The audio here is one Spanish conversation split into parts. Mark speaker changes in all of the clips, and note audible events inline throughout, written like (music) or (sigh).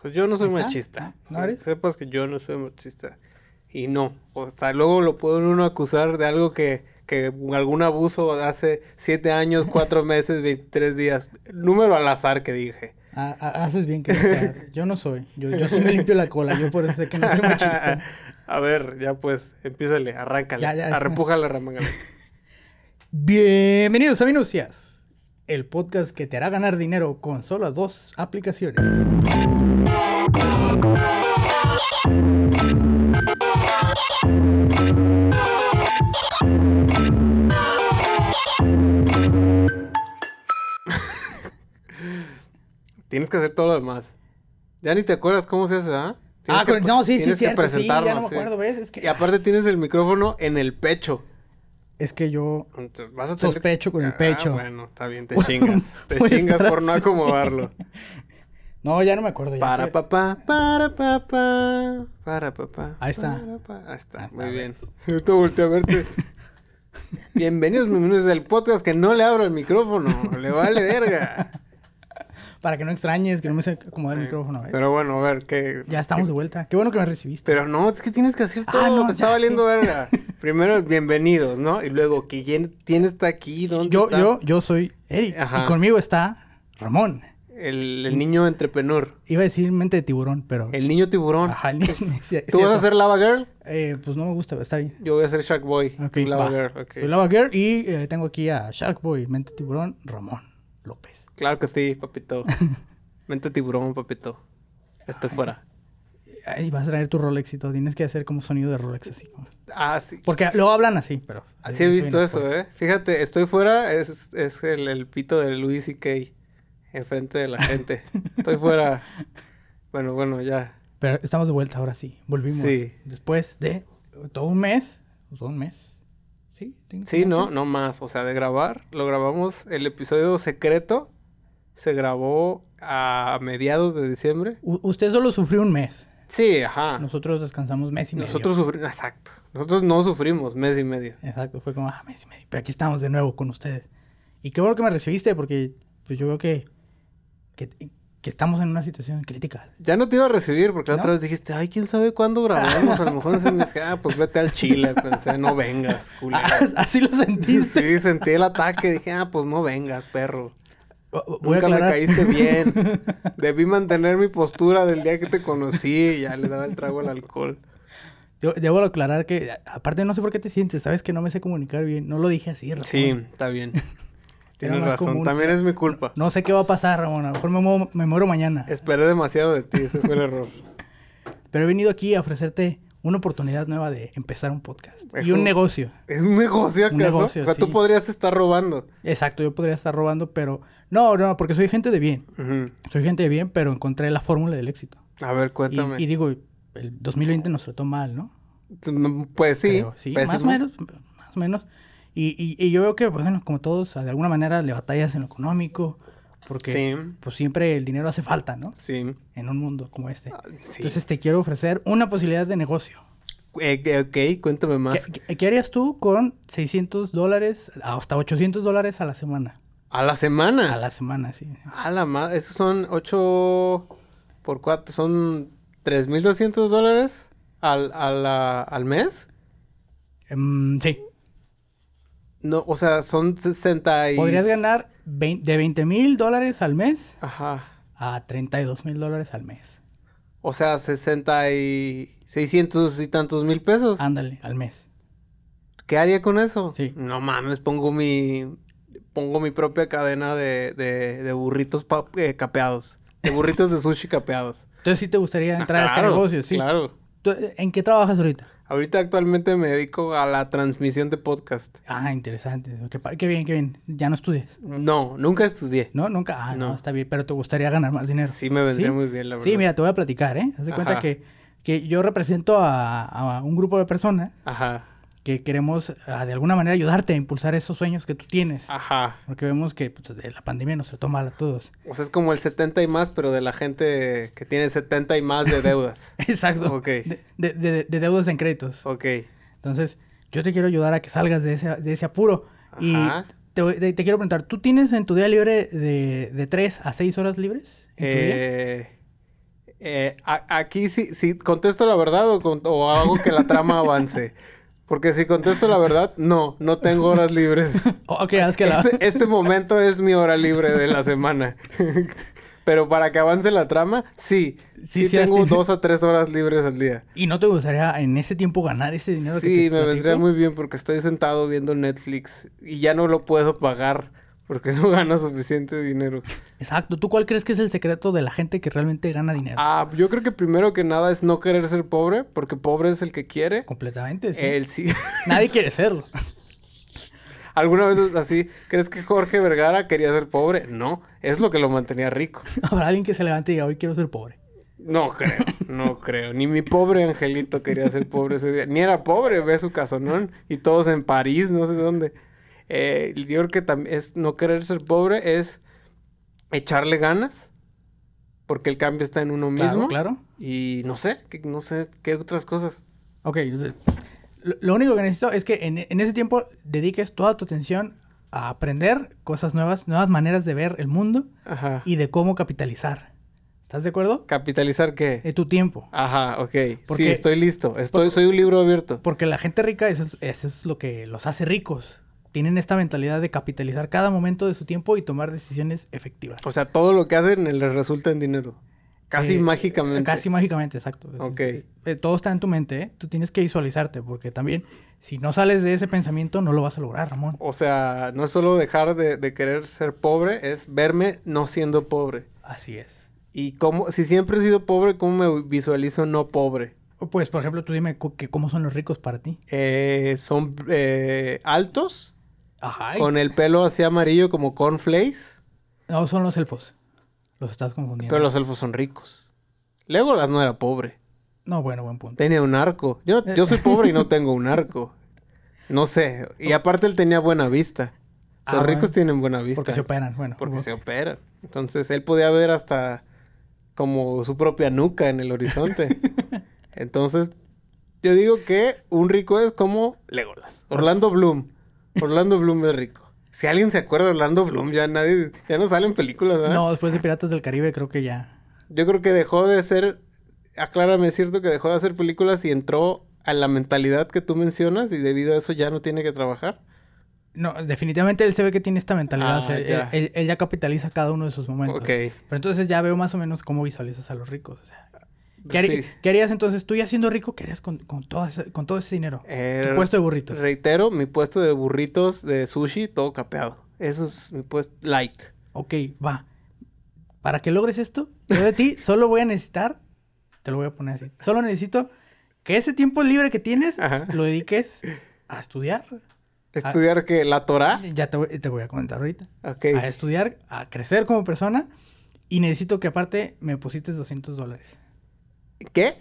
Speaker 1: Pues yo no soy
Speaker 2: ¿Está?
Speaker 1: machista.
Speaker 2: ¿No? ¿No eres?
Speaker 1: Que Sepas que yo no soy machista. Y no. O hasta luego lo puede uno acusar de algo que, que algún abuso hace siete años,
Speaker 2: (laughs)
Speaker 1: cuatro meses, 23 días. Número al azar que dije.
Speaker 2: Ah, ah, haces bien que
Speaker 1: (laughs)
Speaker 2: no seas. Yo no soy. Yo, yo sí me limpio la cola. Yo por eso sé que no soy machista.
Speaker 1: (laughs) A ver, ya pues, empízale, arráncale.
Speaker 2: Ya, ya.
Speaker 1: Arrempújale, arremángale.
Speaker 2: (laughs) Bienvenidos a Minucias, el podcast que te hará ganar dinero con solo dos aplicaciones.
Speaker 1: Tienes que hacer todo lo demás. Ya ni te acuerdas cómo se hace, ¿ah? Tienes
Speaker 2: Ah,
Speaker 1: que
Speaker 2: con-
Speaker 1: pre-
Speaker 2: no, sí, sí,
Speaker 1: tienes que
Speaker 2: cierto, sí, ya no me
Speaker 1: presentarnos, sí.
Speaker 2: acuerdo, ¿ves? Es que,
Speaker 1: Y aparte tienes el micrófono en el pecho.
Speaker 2: es que yo
Speaker 1: Entonces, Vas a
Speaker 2: Sospecho con el
Speaker 1: Ah,
Speaker 2: pecho.
Speaker 1: bueno, está bien, te (laughs) chingas. Te
Speaker 2: Voy a
Speaker 1: chingas
Speaker 2: estar
Speaker 1: por no
Speaker 2: así. (laughs)
Speaker 1: acomodarlo.
Speaker 2: No, ya no me acuerdo. ya
Speaker 1: Para
Speaker 2: que-
Speaker 1: papá, para papá, para papá.
Speaker 2: Ahí está.
Speaker 1: para pa- Ahí está,
Speaker 2: Ahí está,
Speaker 1: muy
Speaker 2: a
Speaker 1: bien. (laughs) Ahorita volteé a (laughs) verte. Bienvenidos, bienvenidos al podcast que no le abro el micrófono. Le vale verga.
Speaker 2: Para que no extrañes, que (laughs) no me sé acomodar el micrófono. ¿eh?
Speaker 1: Pero bueno, a ver, que.
Speaker 2: Ya estamos de vuelta. Qué bueno que me recibiste.
Speaker 1: Pero no, es que tienes que hacer
Speaker 2: Ah,
Speaker 1: todo.
Speaker 2: no,
Speaker 1: te está
Speaker 2: ya,
Speaker 1: valiendo
Speaker 2: sí.
Speaker 1: verga.
Speaker 2: (laughs)
Speaker 1: Primero, bienvenidos, ¿no? Y luego, que ¿quién, quién está aquí? ¿Dónde
Speaker 2: Yo,
Speaker 1: está?
Speaker 2: yo, yo soy Eric.
Speaker 1: Ajá.
Speaker 2: Y conmigo está Ramón.
Speaker 1: El, el niño entrepreneur.
Speaker 2: Iba a decir mente de tiburón, pero.
Speaker 1: El niño tiburón.
Speaker 2: Ajá, (laughs) ni- ni- es
Speaker 1: ¿Tú vas
Speaker 2: cierto.
Speaker 1: a ser Lava Girl?
Speaker 2: Eh, pues no me gusta, pero está bien.
Speaker 1: Yo voy a ser Shark Boy.
Speaker 2: Ok,
Speaker 1: Tú Lava
Speaker 2: va.
Speaker 1: Girl, ok.
Speaker 2: Soy Lava Girl y eh, tengo aquí a Shark Boy, mente de tiburón, Ramón López.
Speaker 1: Claro que sí,
Speaker 2: (laughs)
Speaker 1: papito. Mente tiburón, papito. Estoy fuera.
Speaker 2: Ahí vas a traer tu Rolex y todo. Tienes que hacer como sonido de Rolex así. como-
Speaker 1: Ah, sí.
Speaker 2: Porque luego hablan así, pero.
Speaker 1: Así he visto eso, ¿eh? Fíjate, estoy fuera es, es el, el pito de Luis y Kay. Enfrente de
Speaker 2: (laughs)
Speaker 1: la gente. Estoy fuera. Bueno, bueno, ya.
Speaker 2: Pero estamos de vuelta ahora sí. Volvimos.
Speaker 1: Sí.
Speaker 2: Después de todo un mes. Todo un mes. Sí,
Speaker 1: Sí,
Speaker 2: técnicamente.
Speaker 1: no, no más. O sea, de grabar, lo grabamos. El episodio secreto se grabó a mediados de diciembre.
Speaker 2: U- usted solo sufrió un mes.
Speaker 1: Sí, ajá.
Speaker 2: Nosotros descansamos mes y medio.
Speaker 1: Ah. Nosotros sufrimos. Exacto. Nosotros no sufrimos mes y medio.
Speaker 2: Exacto, fue como, ah, mes y medio. Pero aquí estamos de nuevo con ustedes. Y qué bueno que me recibiste porque pues yo veo que, que, que estamos en una situación crítica.
Speaker 1: Ya no te iba a recibir porque la
Speaker 2: ¿No?
Speaker 1: otra vez dijiste, ay, quién sabe cuándo grabamos. A lo mejor se me dice, ah, pues vete al Chile, pensé, no vengas,
Speaker 2: (laughs)
Speaker 1: culero.
Speaker 2: Así lo sentiste.
Speaker 1: Sí, sentí el ataque, dije, ah, pues no vengas, perro.
Speaker 2: O- o- voy a
Speaker 1: Nunca me
Speaker 2: aclarar.
Speaker 1: caíste bien. Debí mantener mi postura del día que te conocí y ya le daba el trago al alcohol.
Speaker 2: (laughs) Yo- debo aclarar que, a- aparte, no sé por qué te sientes. Sabes que no me sé comunicar bien. No lo dije así, Ramón.
Speaker 1: Sí, está bien. Tienes
Speaker 2: más
Speaker 1: razón,
Speaker 2: común.
Speaker 1: también es mi culpa.
Speaker 2: No sé qué va a pasar, Ramón. A lo mejor me, mu- me muero mañana.
Speaker 1: Esperé demasiado de ti, ese fue el error.
Speaker 2: Pero he venido aquí a ofrecerte una oportunidad nueva de empezar un podcast. Y
Speaker 1: Eso-
Speaker 2: un negocio.
Speaker 1: ¿Es un negocio acaso?
Speaker 2: Un negocio,
Speaker 1: o sea, tú
Speaker 2: sí.
Speaker 1: podrías estar robando.
Speaker 2: Exacto, yo podría estar robando, pero... No, no, porque soy gente de bien.
Speaker 1: Ujú.
Speaker 2: Soy gente de bien, pero encontré la fórmula del éxito.
Speaker 1: A ver,
Speaker 2: Y,
Speaker 1: cuéntame.
Speaker 2: y digo, el 2020 nos trató mal, ¿no?
Speaker 1: Pues sí,
Speaker 2: Creo, sí, más o
Speaker 1: pésimo.
Speaker 2: menos, más o menos. Y, y- y yo veo que, pues, bueno, como todos, de alguna manera le batallas en lo económico, porque
Speaker 1: Sí.
Speaker 2: pues siempre el dinero hace falta, ¿no?
Speaker 1: Sí.
Speaker 2: En un mundo como este.
Speaker 1: Ah, sí.
Speaker 2: Entonces te quiero ofrecer una posibilidad de negocio.
Speaker 1: Eh, eh, ok, cuéntame más.
Speaker 2: ¿Qué, qué- qué harías tú con 600 dólares, hasta 800 dólares a la semana?
Speaker 1: A la semana.
Speaker 2: A la semana, sí.
Speaker 1: A la madre. Esos son 8 por 4. Son 3.200 dólares al, a la- al mes.
Speaker 2: Em, sí.
Speaker 1: No, o sea, son 60 y...
Speaker 2: Podrías ganar vein- de 20 mil dólares al mes
Speaker 1: Ajá.
Speaker 2: a 32 mil dólares al mes.
Speaker 1: O sea, 60 y... 600 y tantos mil pesos.
Speaker 2: Ándale, al mes.
Speaker 1: ¿Qué haría con eso?
Speaker 2: Sí.
Speaker 1: No mames, pongo mi... Pongo mi propia cadena de, de, de burritos pa- eh, capeados. De burritos de sushi
Speaker 2: (laughs)
Speaker 1: capeados.
Speaker 2: Entonces, ¿sí te gustaría
Speaker 1: Ah,
Speaker 2: entrar a este
Speaker 1: claro,
Speaker 2: negocio? Sí.
Speaker 1: Claro.
Speaker 2: ¿Tú, ¿En qué trabajas ahorita?
Speaker 1: Ahorita actualmente me dedico a la transmisión de podcast.
Speaker 2: Ah, interesante. Qué, pa- qué bien, qué bien. Ya no estudias.
Speaker 1: No, nunca estudié.
Speaker 2: Mm. ¿No? Nunca. Ah, no.
Speaker 1: No.
Speaker 2: está bien. Pero te gustaría ganar más dinero.
Speaker 1: Sí me vendría muy bien, la
Speaker 2: Sí,
Speaker 1: verdad.
Speaker 2: mira, te voy a platicar, ¿eh? Haz de cuenta
Speaker 1: Ajá.
Speaker 2: que, que yo represento a, a un grupo de personas
Speaker 1: Ajá,
Speaker 2: que queremos, ah, de alguna manera, ayudarte a impulsar esos sueños que tú
Speaker 1: Ah.
Speaker 2: tienes.
Speaker 1: ajá.
Speaker 2: Porque vemos que pues, de la pandemia nos trató mal a todos. (laughs)
Speaker 1: O sea, es como el 70 y más, pero de la gente que tiene 70 y más de
Speaker 2: (laughs)
Speaker 1: deudas.
Speaker 2: Exacto.
Speaker 1: Ok.
Speaker 2: De, de- de- de deudas en créditos.
Speaker 1: ok.
Speaker 2: Entonces, yo te quiero ayudar a que salgas de ese, de ese apuro. Y
Speaker 1: Ajá.
Speaker 2: te, voy- te- te quiero preguntar, ¿tú tienes en tu día libre de, de 3 a 6 horas libres? en tu día?
Speaker 1: Eh, Eh, a- aquí sí, sí, contesto la verdad o, con- o hago que la trama avance. Porque si contesto la verdad, no, no tengo horas libres.
Speaker 2: Oh, ok, haz (laughs) que la...
Speaker 1: Este, este momento es mi hora libre de la semana. (laughs) Pero para que avance la trama, sí.
Speaker 2: Sí,
Speaker 1: Sí,
Speaker 2: sí,
Speaker 1: tengo
Speaker 2: has tenido-
Speaker 1: dos a tres horas libres al día.
Speaker 2: (laughs) ¿Y no te gustaría en ese tiempo ganar ese dinero
Speaker 1: Sí,
Speaker 2: que te
Speaker 1: me
Speaker 2: platico?
Speaker 1: vendría muy bien porque estoy sentado viendo Netflix y ya no lo puedo pagar porque no gano suficiente dinero.
Speaker 2: Exacto. ¿Tú cuál crees que es el secreto de la gente que realmente gana dinero?
Speaker 1: Ah, yo creo que primero que nada es no querer ser pobre, porque pobre es el que quiere.
Speaker 2: Completamente, sí.
Speaker 1: Él sí. (laughs)
Speaker 2: Nadie quiere serlo. (laughs)
Speaker 1: ¿Alguna vez es así? ¿Crees que Jorge Vergara quería ser pobre? No, es lo que lo mantenía rico.
Speaker 2: Habrá alguien que se levante y diga, hoy quiero ser pobre.
Speaker 1: No creo, no creo. Ni mi pobre angelito quería ser pobre ese día. Ni era pobre, ve su casonón. Y todos en París, no sé dónde. Eh, yo creo que también es no querer ser pobre es echarle ganas. Porque el cambio está en uno mismo.
Speaker 2: Claro, claro.
Speaker 1: Y no sé, que- no sé qué otras cosas.
Speaker 2: Ok. Lo, lo único que necesito es que en, en ese tiempo dediques toda tu atención a aprender cosas nuevas, nuevas maneras de ver el mundo
Speaker 1: Ajá.
Speaker 2: y de cómo capitalizar. ¿Estás de acuerdo?
Speaker 1: ¿Capitalizar qué?
Speaker 2: Eh, tu tiempo.
Speaker 1: Ajá, ok. Sí,
Speaker 2: Porque-
Speaker 1: estoy listo. Estoy, soy un libro abierto.
Speaker 2: Porque la gente rica, eso es, eso es lo que los hace ricos. Tienen esta mentalidad de capitalizar cada momento de su tiempo y tomar decisiones efectivas.
Speaker 1: O sea, todo lo que hacen les resulta en dinero. Casi
Speaker 2: Eh,
Speaker 1: mágicamente.
Speaker 2: Casi mágicamente, exacto. Es-
Speaker 1: Ok.
Speaker 2: es- eh, todo está en tu mente, ¿eh? Tú tienes que visualizarte, porque también, si no sales de ese pensamiento, no lo vas a lograr, Ramón.
Speaker 1: O sea, no es solo dejar de, de querer ser pobre, es verme no siendo pobre.
Speaker 2: Así es.
Speaker 1: Y cómo, si siempre he sido pobre, ¿cómo me visualizo no pobre?
Speaker 2: Pues, por ejemplo, tú dime cu- que cómo son los ricos para ti.
Speaker 1: Eh, son eh, altos,
Speaker 2: Ajá.
Speaker 1: con el pelo así amarillo como cornflakes,
Speaker 2: No, son los elfos. Los estás confundiendo.
Speaker 1: pero los elfos son ricos. Legolas no era pobre,
Speaker 2: No, bueno, buen punto.
Speaker 1: tenía un arco. Yo,
Speaker 2: Eh.
Speaker 1: yo soy pobre y no tengo
Speaker 2: (laughs)
Speaker 1: un arco. No sé, y aparte él tenía buena vista.
Speaker 2: Oh. Ah,
Speaker 1: Los
Speaker 2: bueno.
Speaker 1: ricos tienen buena vista.
Speaker 2: Porque se operan, bueno.
Speaker 1: Porque
Speaker 2: bueno.
Speaker 1: se operan. Entonces él podía ver hasta como su propia nuca en el
Speaker 2: (laughs)
Speaker 1: horizonte. Entonces, yo digo que un rico es como Legolas. Orlando Bloom. Orlando Bloom es rico. Si alguien se acuerda de Orlando Bloom, ya nadie, ya no salen películas, ¿verdad?
Speaker 2: No, después de Piratas del Caribe creo que ya.
Speaker 1: Yo creo que dejó de ser, aclárame, es cierto que dejó de hacer películas y entró a la mentalidad que tú mencionas y debido a eso ya no tiene que trabajar.
Speaker 2: No, definitivamente él se ve que tiene esta mentalidad.
Speaker 1: Ah,
Speaker 2: o sea, él-
Speaker 1: ya.
Speaker 2: Él, él ya capitaliza cada uno de sus momentos.
Speaker 1: Ok.
Speaker 2: Pero entonces ya veo más o menos cómo visualizas a los ricos. o sea. ¿Qué, harí-
Speaker 1: Sí.
Speaker 2: qué harías entonces? Tú ya siendo rico, ¿qué harías con, con, todo, ese, con todo ese dinero?
Speaker 1: Eh,
Speaker 2: Tu puesto de burritos.
Speaker 1: Reitero, mi puesto de burritos de sushi, todo capeado. Eso es mi puesto light.
Speaker 2: Ok, va. Para que logres esto, yo
Speaker 1: (laughs)
Speaker 2: de ti solo voy a necesitar, te lo voy a poner así, solo necesito que ese tiempo libre que tienes
Speaker 1: Ajá.
Speaker 2: lo dediques a estudiar.
Speaker 1: Estudiar que la Torah.
Speaker 2: Ya te voy, te voy a comentar ahorita.
Speaker 1: Ok.
Speaker 2: A estudiar, a crecer como persona y necesito que aparte me deposites
Speaker 1: (laughs)
Speaker 2: 200 dólares.
Speaker 1: ¿Qué?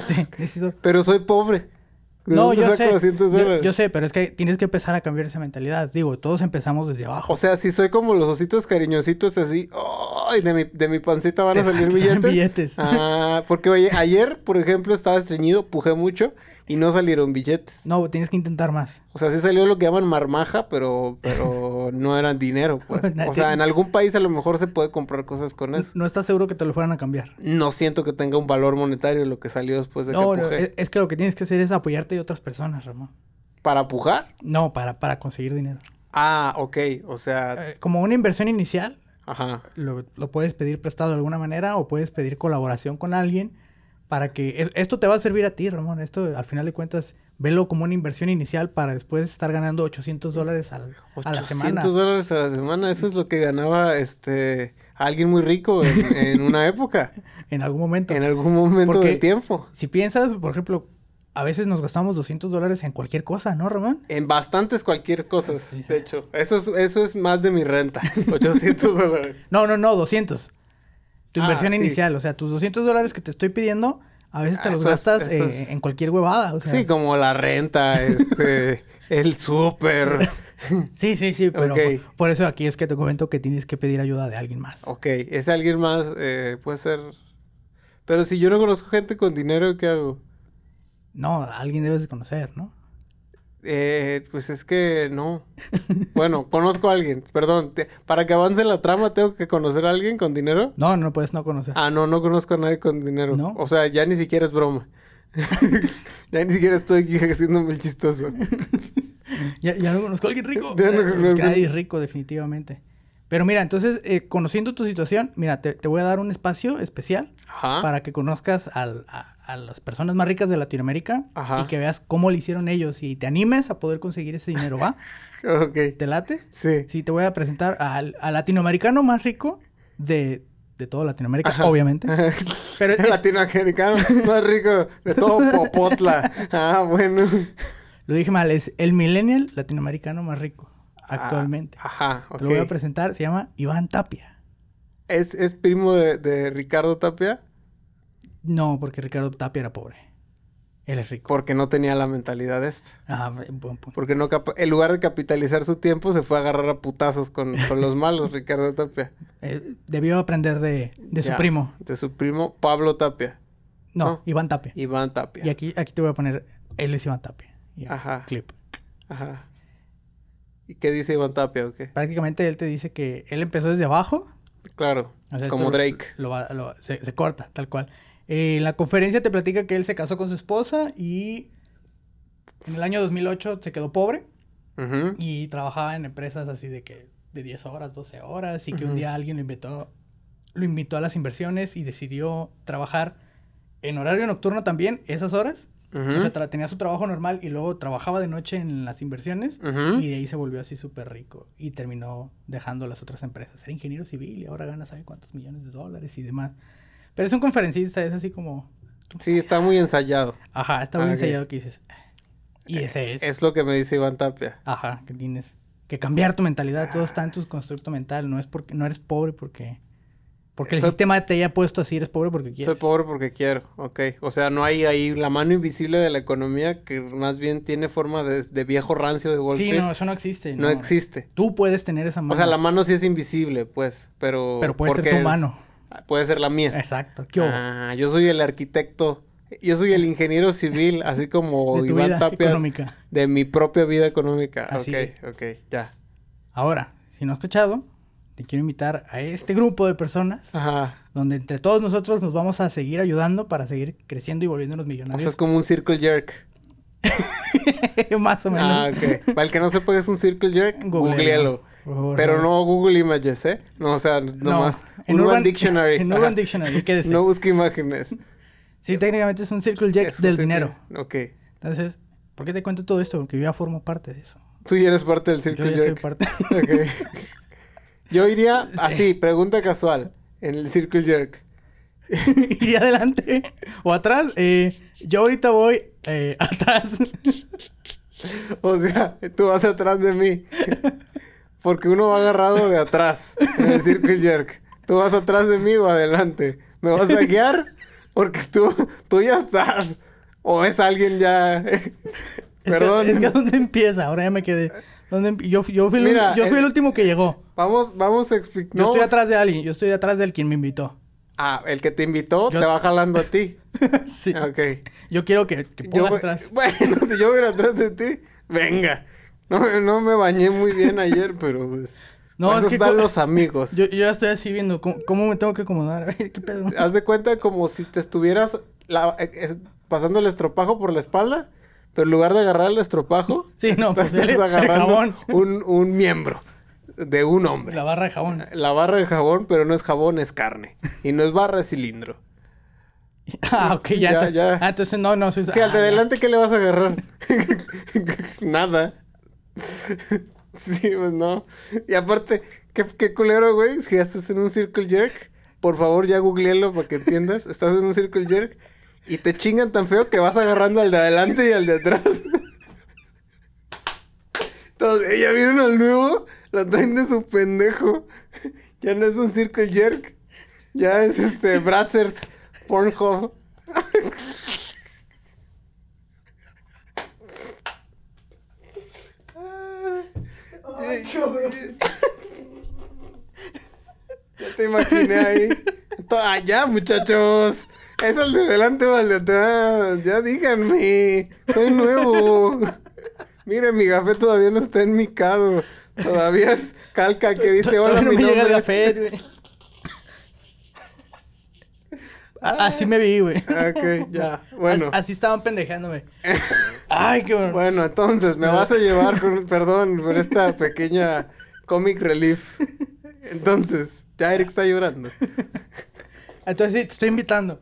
Speaker 2: sí, necesito
Speaker 1: Pero soy pobre. ¿De
Speaker 2: No,
Speaker 1: dónde
Speaker 2: yo
Speaker 1: saco
Speaker 2: sé.
Speaker 1: 200
Speaker 2: yo,
Speaker 1: dólares?
Speaker 2: yo sé, pero es que tienes que empezar a cambiar esa mentalidad. Digo, todos empezamos desde abajo.
Speaker 1: O sea, si soy como los ositos cariñositos así, ¡ay! de, mi, de mi pancita van a
Speaker 2: Te
Speaker 1: salir
Speaker 2: salen
Speaker 1: billetes.
Speaker 2: billetes.
Speaker 1: Ah, porque oye, ayer, por ejemplo, estaba estreñido, pujé mucho y no salieron billetes.
Speaker 2: No, tienes que intentar más.
Speaker 1: O sea, sí salió lo que llaman marmaja, pero, pero no eran dinero,
Speaker 2: (laughs)
Speaker 1: pues. O sea, en algún país a lo mejor se puede comprar cosas con eso.
Speaker 2: No estás seguro que te lo fueran a cambiar.
Speaker 1: no siento que tenga un valor monetario lo que salió después de
Speaker 2: No,
Speaker 1: que
Speaker 2: no, eh.
Speaker 1: pujé.
Speaker 2: es, es que lo que tienes que hacer es apoyarte de otras personas, Ramón.
Speaker 1: ¿Para pujar?
Speaker 2: No, para, para conseguir dinero.
Speaker 1: Ah, ok. O sea,
Speaker 2: Eh, Como una inversión inicial,
Speaker 1: ajá.
Speaker 2: lo, lo puedes pedir prestado de alguna manera o puedes pedir colaboración con alguien para que... e- Esto te va a servir a ti, Ramón. Esto, al final de cuentas, velo como una inversión inicial para después estar ganando 800 dólares al- a la semana.
Speaker 1: 800 dólares a la semana. Eso es lo que ganaba este alguien muy rico en, en una época.
Speaker 2: En algún momento.
Speaker 1: En algún momento
Speaker 2: Porque-
Speaker 1: del tiempo.
Speaker 2: Si piensas, por ejemplo, a veces nos gastamos 200 dólares en cualquier cosa, ¿no, Ramón?
Speaker 1: En bastantes cualquier cosa,
Speaker 2: Ah, Sí, sí.
Speaker 1: de hecho. Eso es, eso es más de mi
Speaker 2: (laughs)
Speaker 1: renta. 800 dólares.
Speaker 2: No, no, no, 200. Tu
Speaker 1: Ah,
Speaker 2: inversión
Speaker 1: sí.
Speaker 2: inicial, o sea, tus 200 dólares que te estoy pidiendo, a veces te
Speaker 1: Ah,
Speaker 2: los
Speaker 1: eso es-
Speaker 2: gastas
Speaker 1: eso
Speaker 2: eh,
Speaker 1: es-
Speaker 2: en cualquier huevada. o sea.
Speaker 1: Sí, como la renta,
Speaker 2: (laughs)
Speaker 1: este, el súper.
Speaker 2: sí, sí, sí, pero
Speaker 1: Ok.
Speaker 2: por, por eso aquí es que te comento que tienes que pedir ayuda de alguien más.
Speaker 1: Ok, es alguien más, eh, puede ser... Pero si yo no conozco gente con dinero, ¿qué hago?
Speaker 2: No, a alguien debes de conocer, ¿no?
Speaker 1: Eh, pues es que no.
Speaker 2: (laughs)
Speaker 1: Bueno, conozco a alguien. Perdón, te- para que avance la trama, ¿tengo que conocer a alguien con dinero?
Speaker 2: No, no puedes no conocer.
Speaker 1: Ah, no, no conozco a nadie con dinero.
Speaker 2: ¿No?
Speaker 1: O sea, ya ni siquiera es broma. (laughs) ya ni siquiera estoy aquí (laughs) haciéndome el
Speaker 2: (laughs)
Speaker 1: chistoso.
Speaker 2: Ya, ya no conozco a alguien rico.
Speaker 1: Ya no
Speaker 2: Eh,
Speaker 1: conozco.
Speaker 2: que Nadie es rico, definitivamente. Pero mira, entonces, eh, conociendo tu situación, mira, te, te voy a dar un espacio especial
Speaker 1: Ajá.
Speaker 2: para que conozcas al- a, a las personas más ricas de Latinoamérica
Speaker 1: Ajá.
Speaker 2: y que veas cómo le hicieron ellos y te animes a poder conseguir ese dinero, ¿va?
Speaker 1: (laughs) Ok.
Speaker 2: ¿Te late?
Speaker 1: Sí.
Speaker 2: Sí, te voy a presentar al, al latinoamericano más rico de, de toda Latinoamérica, obviamente. Pero
Speaker 1: El
Speaker 2: (laughs)
Speaker 1: (laughs)
Speaker 2: es-
Speaker 1: latinoamericano
Speaker 2: (laughs)
Speaker 1: más rico de todo Popotla. Ah, bueno.
Speaker 2: lo dije mal, es el millennial latinoamericano más rico actualmente.
Speaker 1: Ah, ajá, ok.
Speaker 2: Te lo voy a presentar, se llama Iván Tapia.
Speaker 1: ¿Es, es primo de, de Ricardo Tapia?
Speaker 2: No, porque Ricardo Tapia era pobre. Él es rico.
Speaker 1: Porque no tenía la mentalidad esta.
Speaker 2: Ah, buen punto.
Speaker 1: Porque no capa- en lugar de capitalizar su tiempo, se fue a agarrar a putazos con, con los
Speaker 2: (laughs)
Speaker 1: malos, Ricardo Tapia.
Speaker 2: Eh, debió aprender de, de su
Speaker 1: Ya, Oh.
Speaker 2: primo.
Speaker 1: De su primo Pablo Tapia.
Speaker 2: No,
Speaker 1: No.
Speaker 2: Iván Tapia.
Speaker 1: Iván Tapia.
Speaker 2: Y aquí, aquí te voy a poner, él es Iván Tapia. Y-
Speaker 1: Ajá.
Speaker 2: Clip.
Speaker 1: Ajá. ¿Y qué dice Iván Tapia o qué?
Speaker 2: Prácticamente él te dice que él empezó desde abajo.
Speaker 1: Claro.
Speaker 2: O sea, esto
Speaker 1: como
Speaker 2: lo-
Speaker 1: Drake.
Speaker 2: lo va- lo- se, se corta, tal cual. Eh, en la conferencia te platica que él se casó con su esposa y en el año 2008 se quedó pobre
Speaker 1: Ujú.
Speaker 2: y trabajaba en empresas así de que de 10 horas, 12 horas y que un
Speaker 1: Ujú.
Speaker 2: día alguien lo invitó, lo invitó a las inversiones y decidió trabajar en horario nocturno también esas horas.
Speaker 1: Ujú.
Speaker 2: O sea, tra- tenía su trabajo normal y luego trabajaba de noche en las inversiones
Speaker 1: Ujú.
Speaker 2: y de ahí se volvió así súper rico y terminó dejando las otras empresas. Era ingeniero civil y ahora gana sabe cuántos millones de dólares y demás. Pero es un conferencista, es así como...
Speaker 1: Sí, está muy ensayado.
Speaker 2: Ajá, está muy
Speaker 1: Ah, ok. Eh,
Speaker 2: ensayado que dices... Y ese es.
Speaker 1: Es lo que me dice Iván Tapia.
Speaker 2: Ajá, que tienes que cambiar tu mentalidad. Todo está en
Speaker 1: Ah.
Speaker 2: tu constructo mental. No es porque no eres pobre porque... Porque el
Speaker 1: Soy-
Speaker 2: sistema te haya puesto así, eres pobre porque
Speaker 1: Soy
Speaker 2: quieres.
Speaker 1: pobre porque quiero, ok. O sea, no hay ahí la mano invisible de la economía que más bien tiene forma de, de viejo rancio de Wall
Speaker 2: Sí,
Speaker 1: Street.
Speaker 2: no, eso no existe.
Speaker 1: no, existe.
Speaker 2: Tú puedes tener esa mano.
Speaker 1: O sea, la mano sí es invisible, pues, pero...
Speaker 2: Pero puede ser
Speaker 1: porque
Speaker 2: tu
Speaker 1: es-
Speaker 2: mano. Eh,
Speaker 1: Puede ser la mía.
Speaker 2: Exacto. ¿Qué hubo?
Speaker 1: Ah, yo soy el arquitecto, yo soy el ingeniero civil,
Speaker 2: (laughs)
Speaker 1: así como
Speaker 2: Eh. de tu
Speaker 1: Iván
Speaker 2: vida
Speaker 1: Tapia
Speaker 2: económica.
Speaker 1: de mi propia vida económica.
Speaker 2: Así
Speaker 1: ok, ok, ya.
Speaker 2: Ahora, si no has escuchado, te quiero invitar a este grupo de personas
Speaker 1: Ajá.
Speaker 2: donde entre todos nosotros nos vamos a seguir ayudando para seguir creciendo y volviéndonos
Speaker 1: O sea, es
Speaker 2: millonarios.
Speaker 1: como un circle jerk.
Speaker 2: (laughs) Más o menos.
Speaker 1: Ah, ok. Para el que no sepa qué es un circle
Speaker 2: (laughs)
Speaker 1: jerk,
Speaker 2: Googlealo,
Speaker 1: googlealo.
Speaker 2: por favor.
Speaker 1: Pero no Google Images, ¿eh? No, o sea,
Speaker 2: No,
Speaker 1: nomás.
Speaker 2: en
Speaker 1: Urban, Dictionary.
Speaker 2: (laughs) En
Speaker 1: Ajá.
Speaker 2: Urban Dictionary, ¿qué decir?
Speaker 1: No busque imágenes.
Speaker 2: Sí, técnicamente es un circle jack
Speaker 1: Eso
Speaker 2: del
Speaker 1: sí,
Speaker 2: dinero.
Speaker 1: Ok.
Speaker 2: Entonces, ¿por qué te cuento todo esto? Porque yo ya formo parte de eso.
Speaker 1: Tú ya eres parte del
Speaker 2: Yo
Speaker 1: circle
Speaker 2: ya soy
Speaker 1: jerk. (laughs)
Speaker 2: parte. (laughs)
Speaker 1: Ok. Yo iría así, pregunta casual, en el circle jerk.
Speaker 2: y adelante o atrás. eh, yo ahorita voy eh, (laughs) atrás.
Speaker 1: O sea, tú vas atrás de
Speaker 2: (laughs)
Speaker 1: mí. Porque uno va agarrado de atrás en el circle jerk. Tú vas atrás de mí o adelante. ¿Me vas a guiar? Porque tú, tú ya estás. O es alguien ya. (laughs)
Speaker 2: Es que-
Speaker 1: Perdón.
Speaker 2: es que ¿dónde empieza? Ahora ya me quedé. ¿Dónde empi- yo, fui- yo fui, el,
Speaker 1: Mira, eh,
Speaker 2: yo fui
Speaker 1: el-
Speaker 2: el último que llegó.
Speaker 1: Vamos, vamos a explicar.
Speaker 2: Yo estoy atrás de alguien, yo estoy atrás del quien me invitó. (laughs)
Speaker 1: Ah, el que te invitó
Speaker 2: Yo-
Speaker 1: te va jalando a ti.
Speaker 2: (laughs) sí.
Speaker 1: Ah, Ok.
Speaker 2: Yo quiero que, que
Speaker 1: Yo
Speaker 2: pongas
Speaker 1: voy-
Speaker 2: atrás.
Speaker 1: (laughs) Bueno, si yo voy atrás de ti, venga. No, me- no me bañé muy bien ayer, (laughs) pero pues.
Speaker 2: No,
Speaker 1: No,
Speaker 2: es que
Speaker 1: están
Speaker 2: co-
Speaker 1: los amigos.
Speaker 2: Yo, yo ya estoy así viendo cómo, cómo me tengo que acomodar. (laughs) A ver, ¿qué pedo?
Speaker 1: Haz de cuenta como si te estuvieras la- eh, eh, pasando el estropajo por la espalda, pero en lugar de agarrar el estropajo,
Speaker 2: (laughs) Sí, no,
Speaker 1: (laughs)
Speaker 2: pues
Speaker 1: estás
Speaker 2: el, el
Speaker 1: agarrando
Speaker 2: jabón.
Speaker 1: un, un miembro de un hombre.
Speaker 2: La barra de jabón.
Speaker 1: La barra de jabón, pero no es jabón, es carne. Y no es barra, es cilindro.
Speaker 2: (laughs) Ah, ok, ya.
Speaker 1: Ya,
Speaker 2: ento-
Speaker 1: ya.
Speaker 2: Ah, entonces no, no. Soy...
Speaker 1: Si al de
Speaker 2: ah,
Speaker 1: adelante, ¿qué le vas a agarrar? (laughs) Nada. sí, pues no. Y aparte, qué, qué culero, güey. Si ya estás en un circle jerk, por favor ya googlealo para que entiendas. Estás en un circle jerk y te chingan tan feo que vas agarrando al de adelante y al de atrás. Entonces, ¿ya vieron al nuevo? Lo traen de su pendejo. Ya no es un circle jerk. Ya es este, Brazzers, Pornhub. Ya te imaginé ahí. To- Allá, muchachos. ¿Es el de delante o el de atrás? Ya díganme. Soy nuevo. Mire, mi café todavía no está en mi caso. Todavía es calca que dice, hola,
Speaker 2: Todavía no
Speaker 1: mi
Speaker 2: me llega
Speaker 1: nombre
Speaker 2: el
Speaker 1: es-". (laughs)
Speaker 2: café, güey. A- Así me vi, güey.
Speaker 1: Ah, Ok, ya. Bueno.
Speaker 2: As- Así estaban pendejándome.
Speaker 1: (laughs)
Speaker 2: Ay, qué bueno.
Speaker 1: Bueno, entonces me vas a llevar, con- perdón por esta pequeña comic relief. Entonces, ya Eric está llorando.
Speaker 2: Entonces sí, te estoy invitando.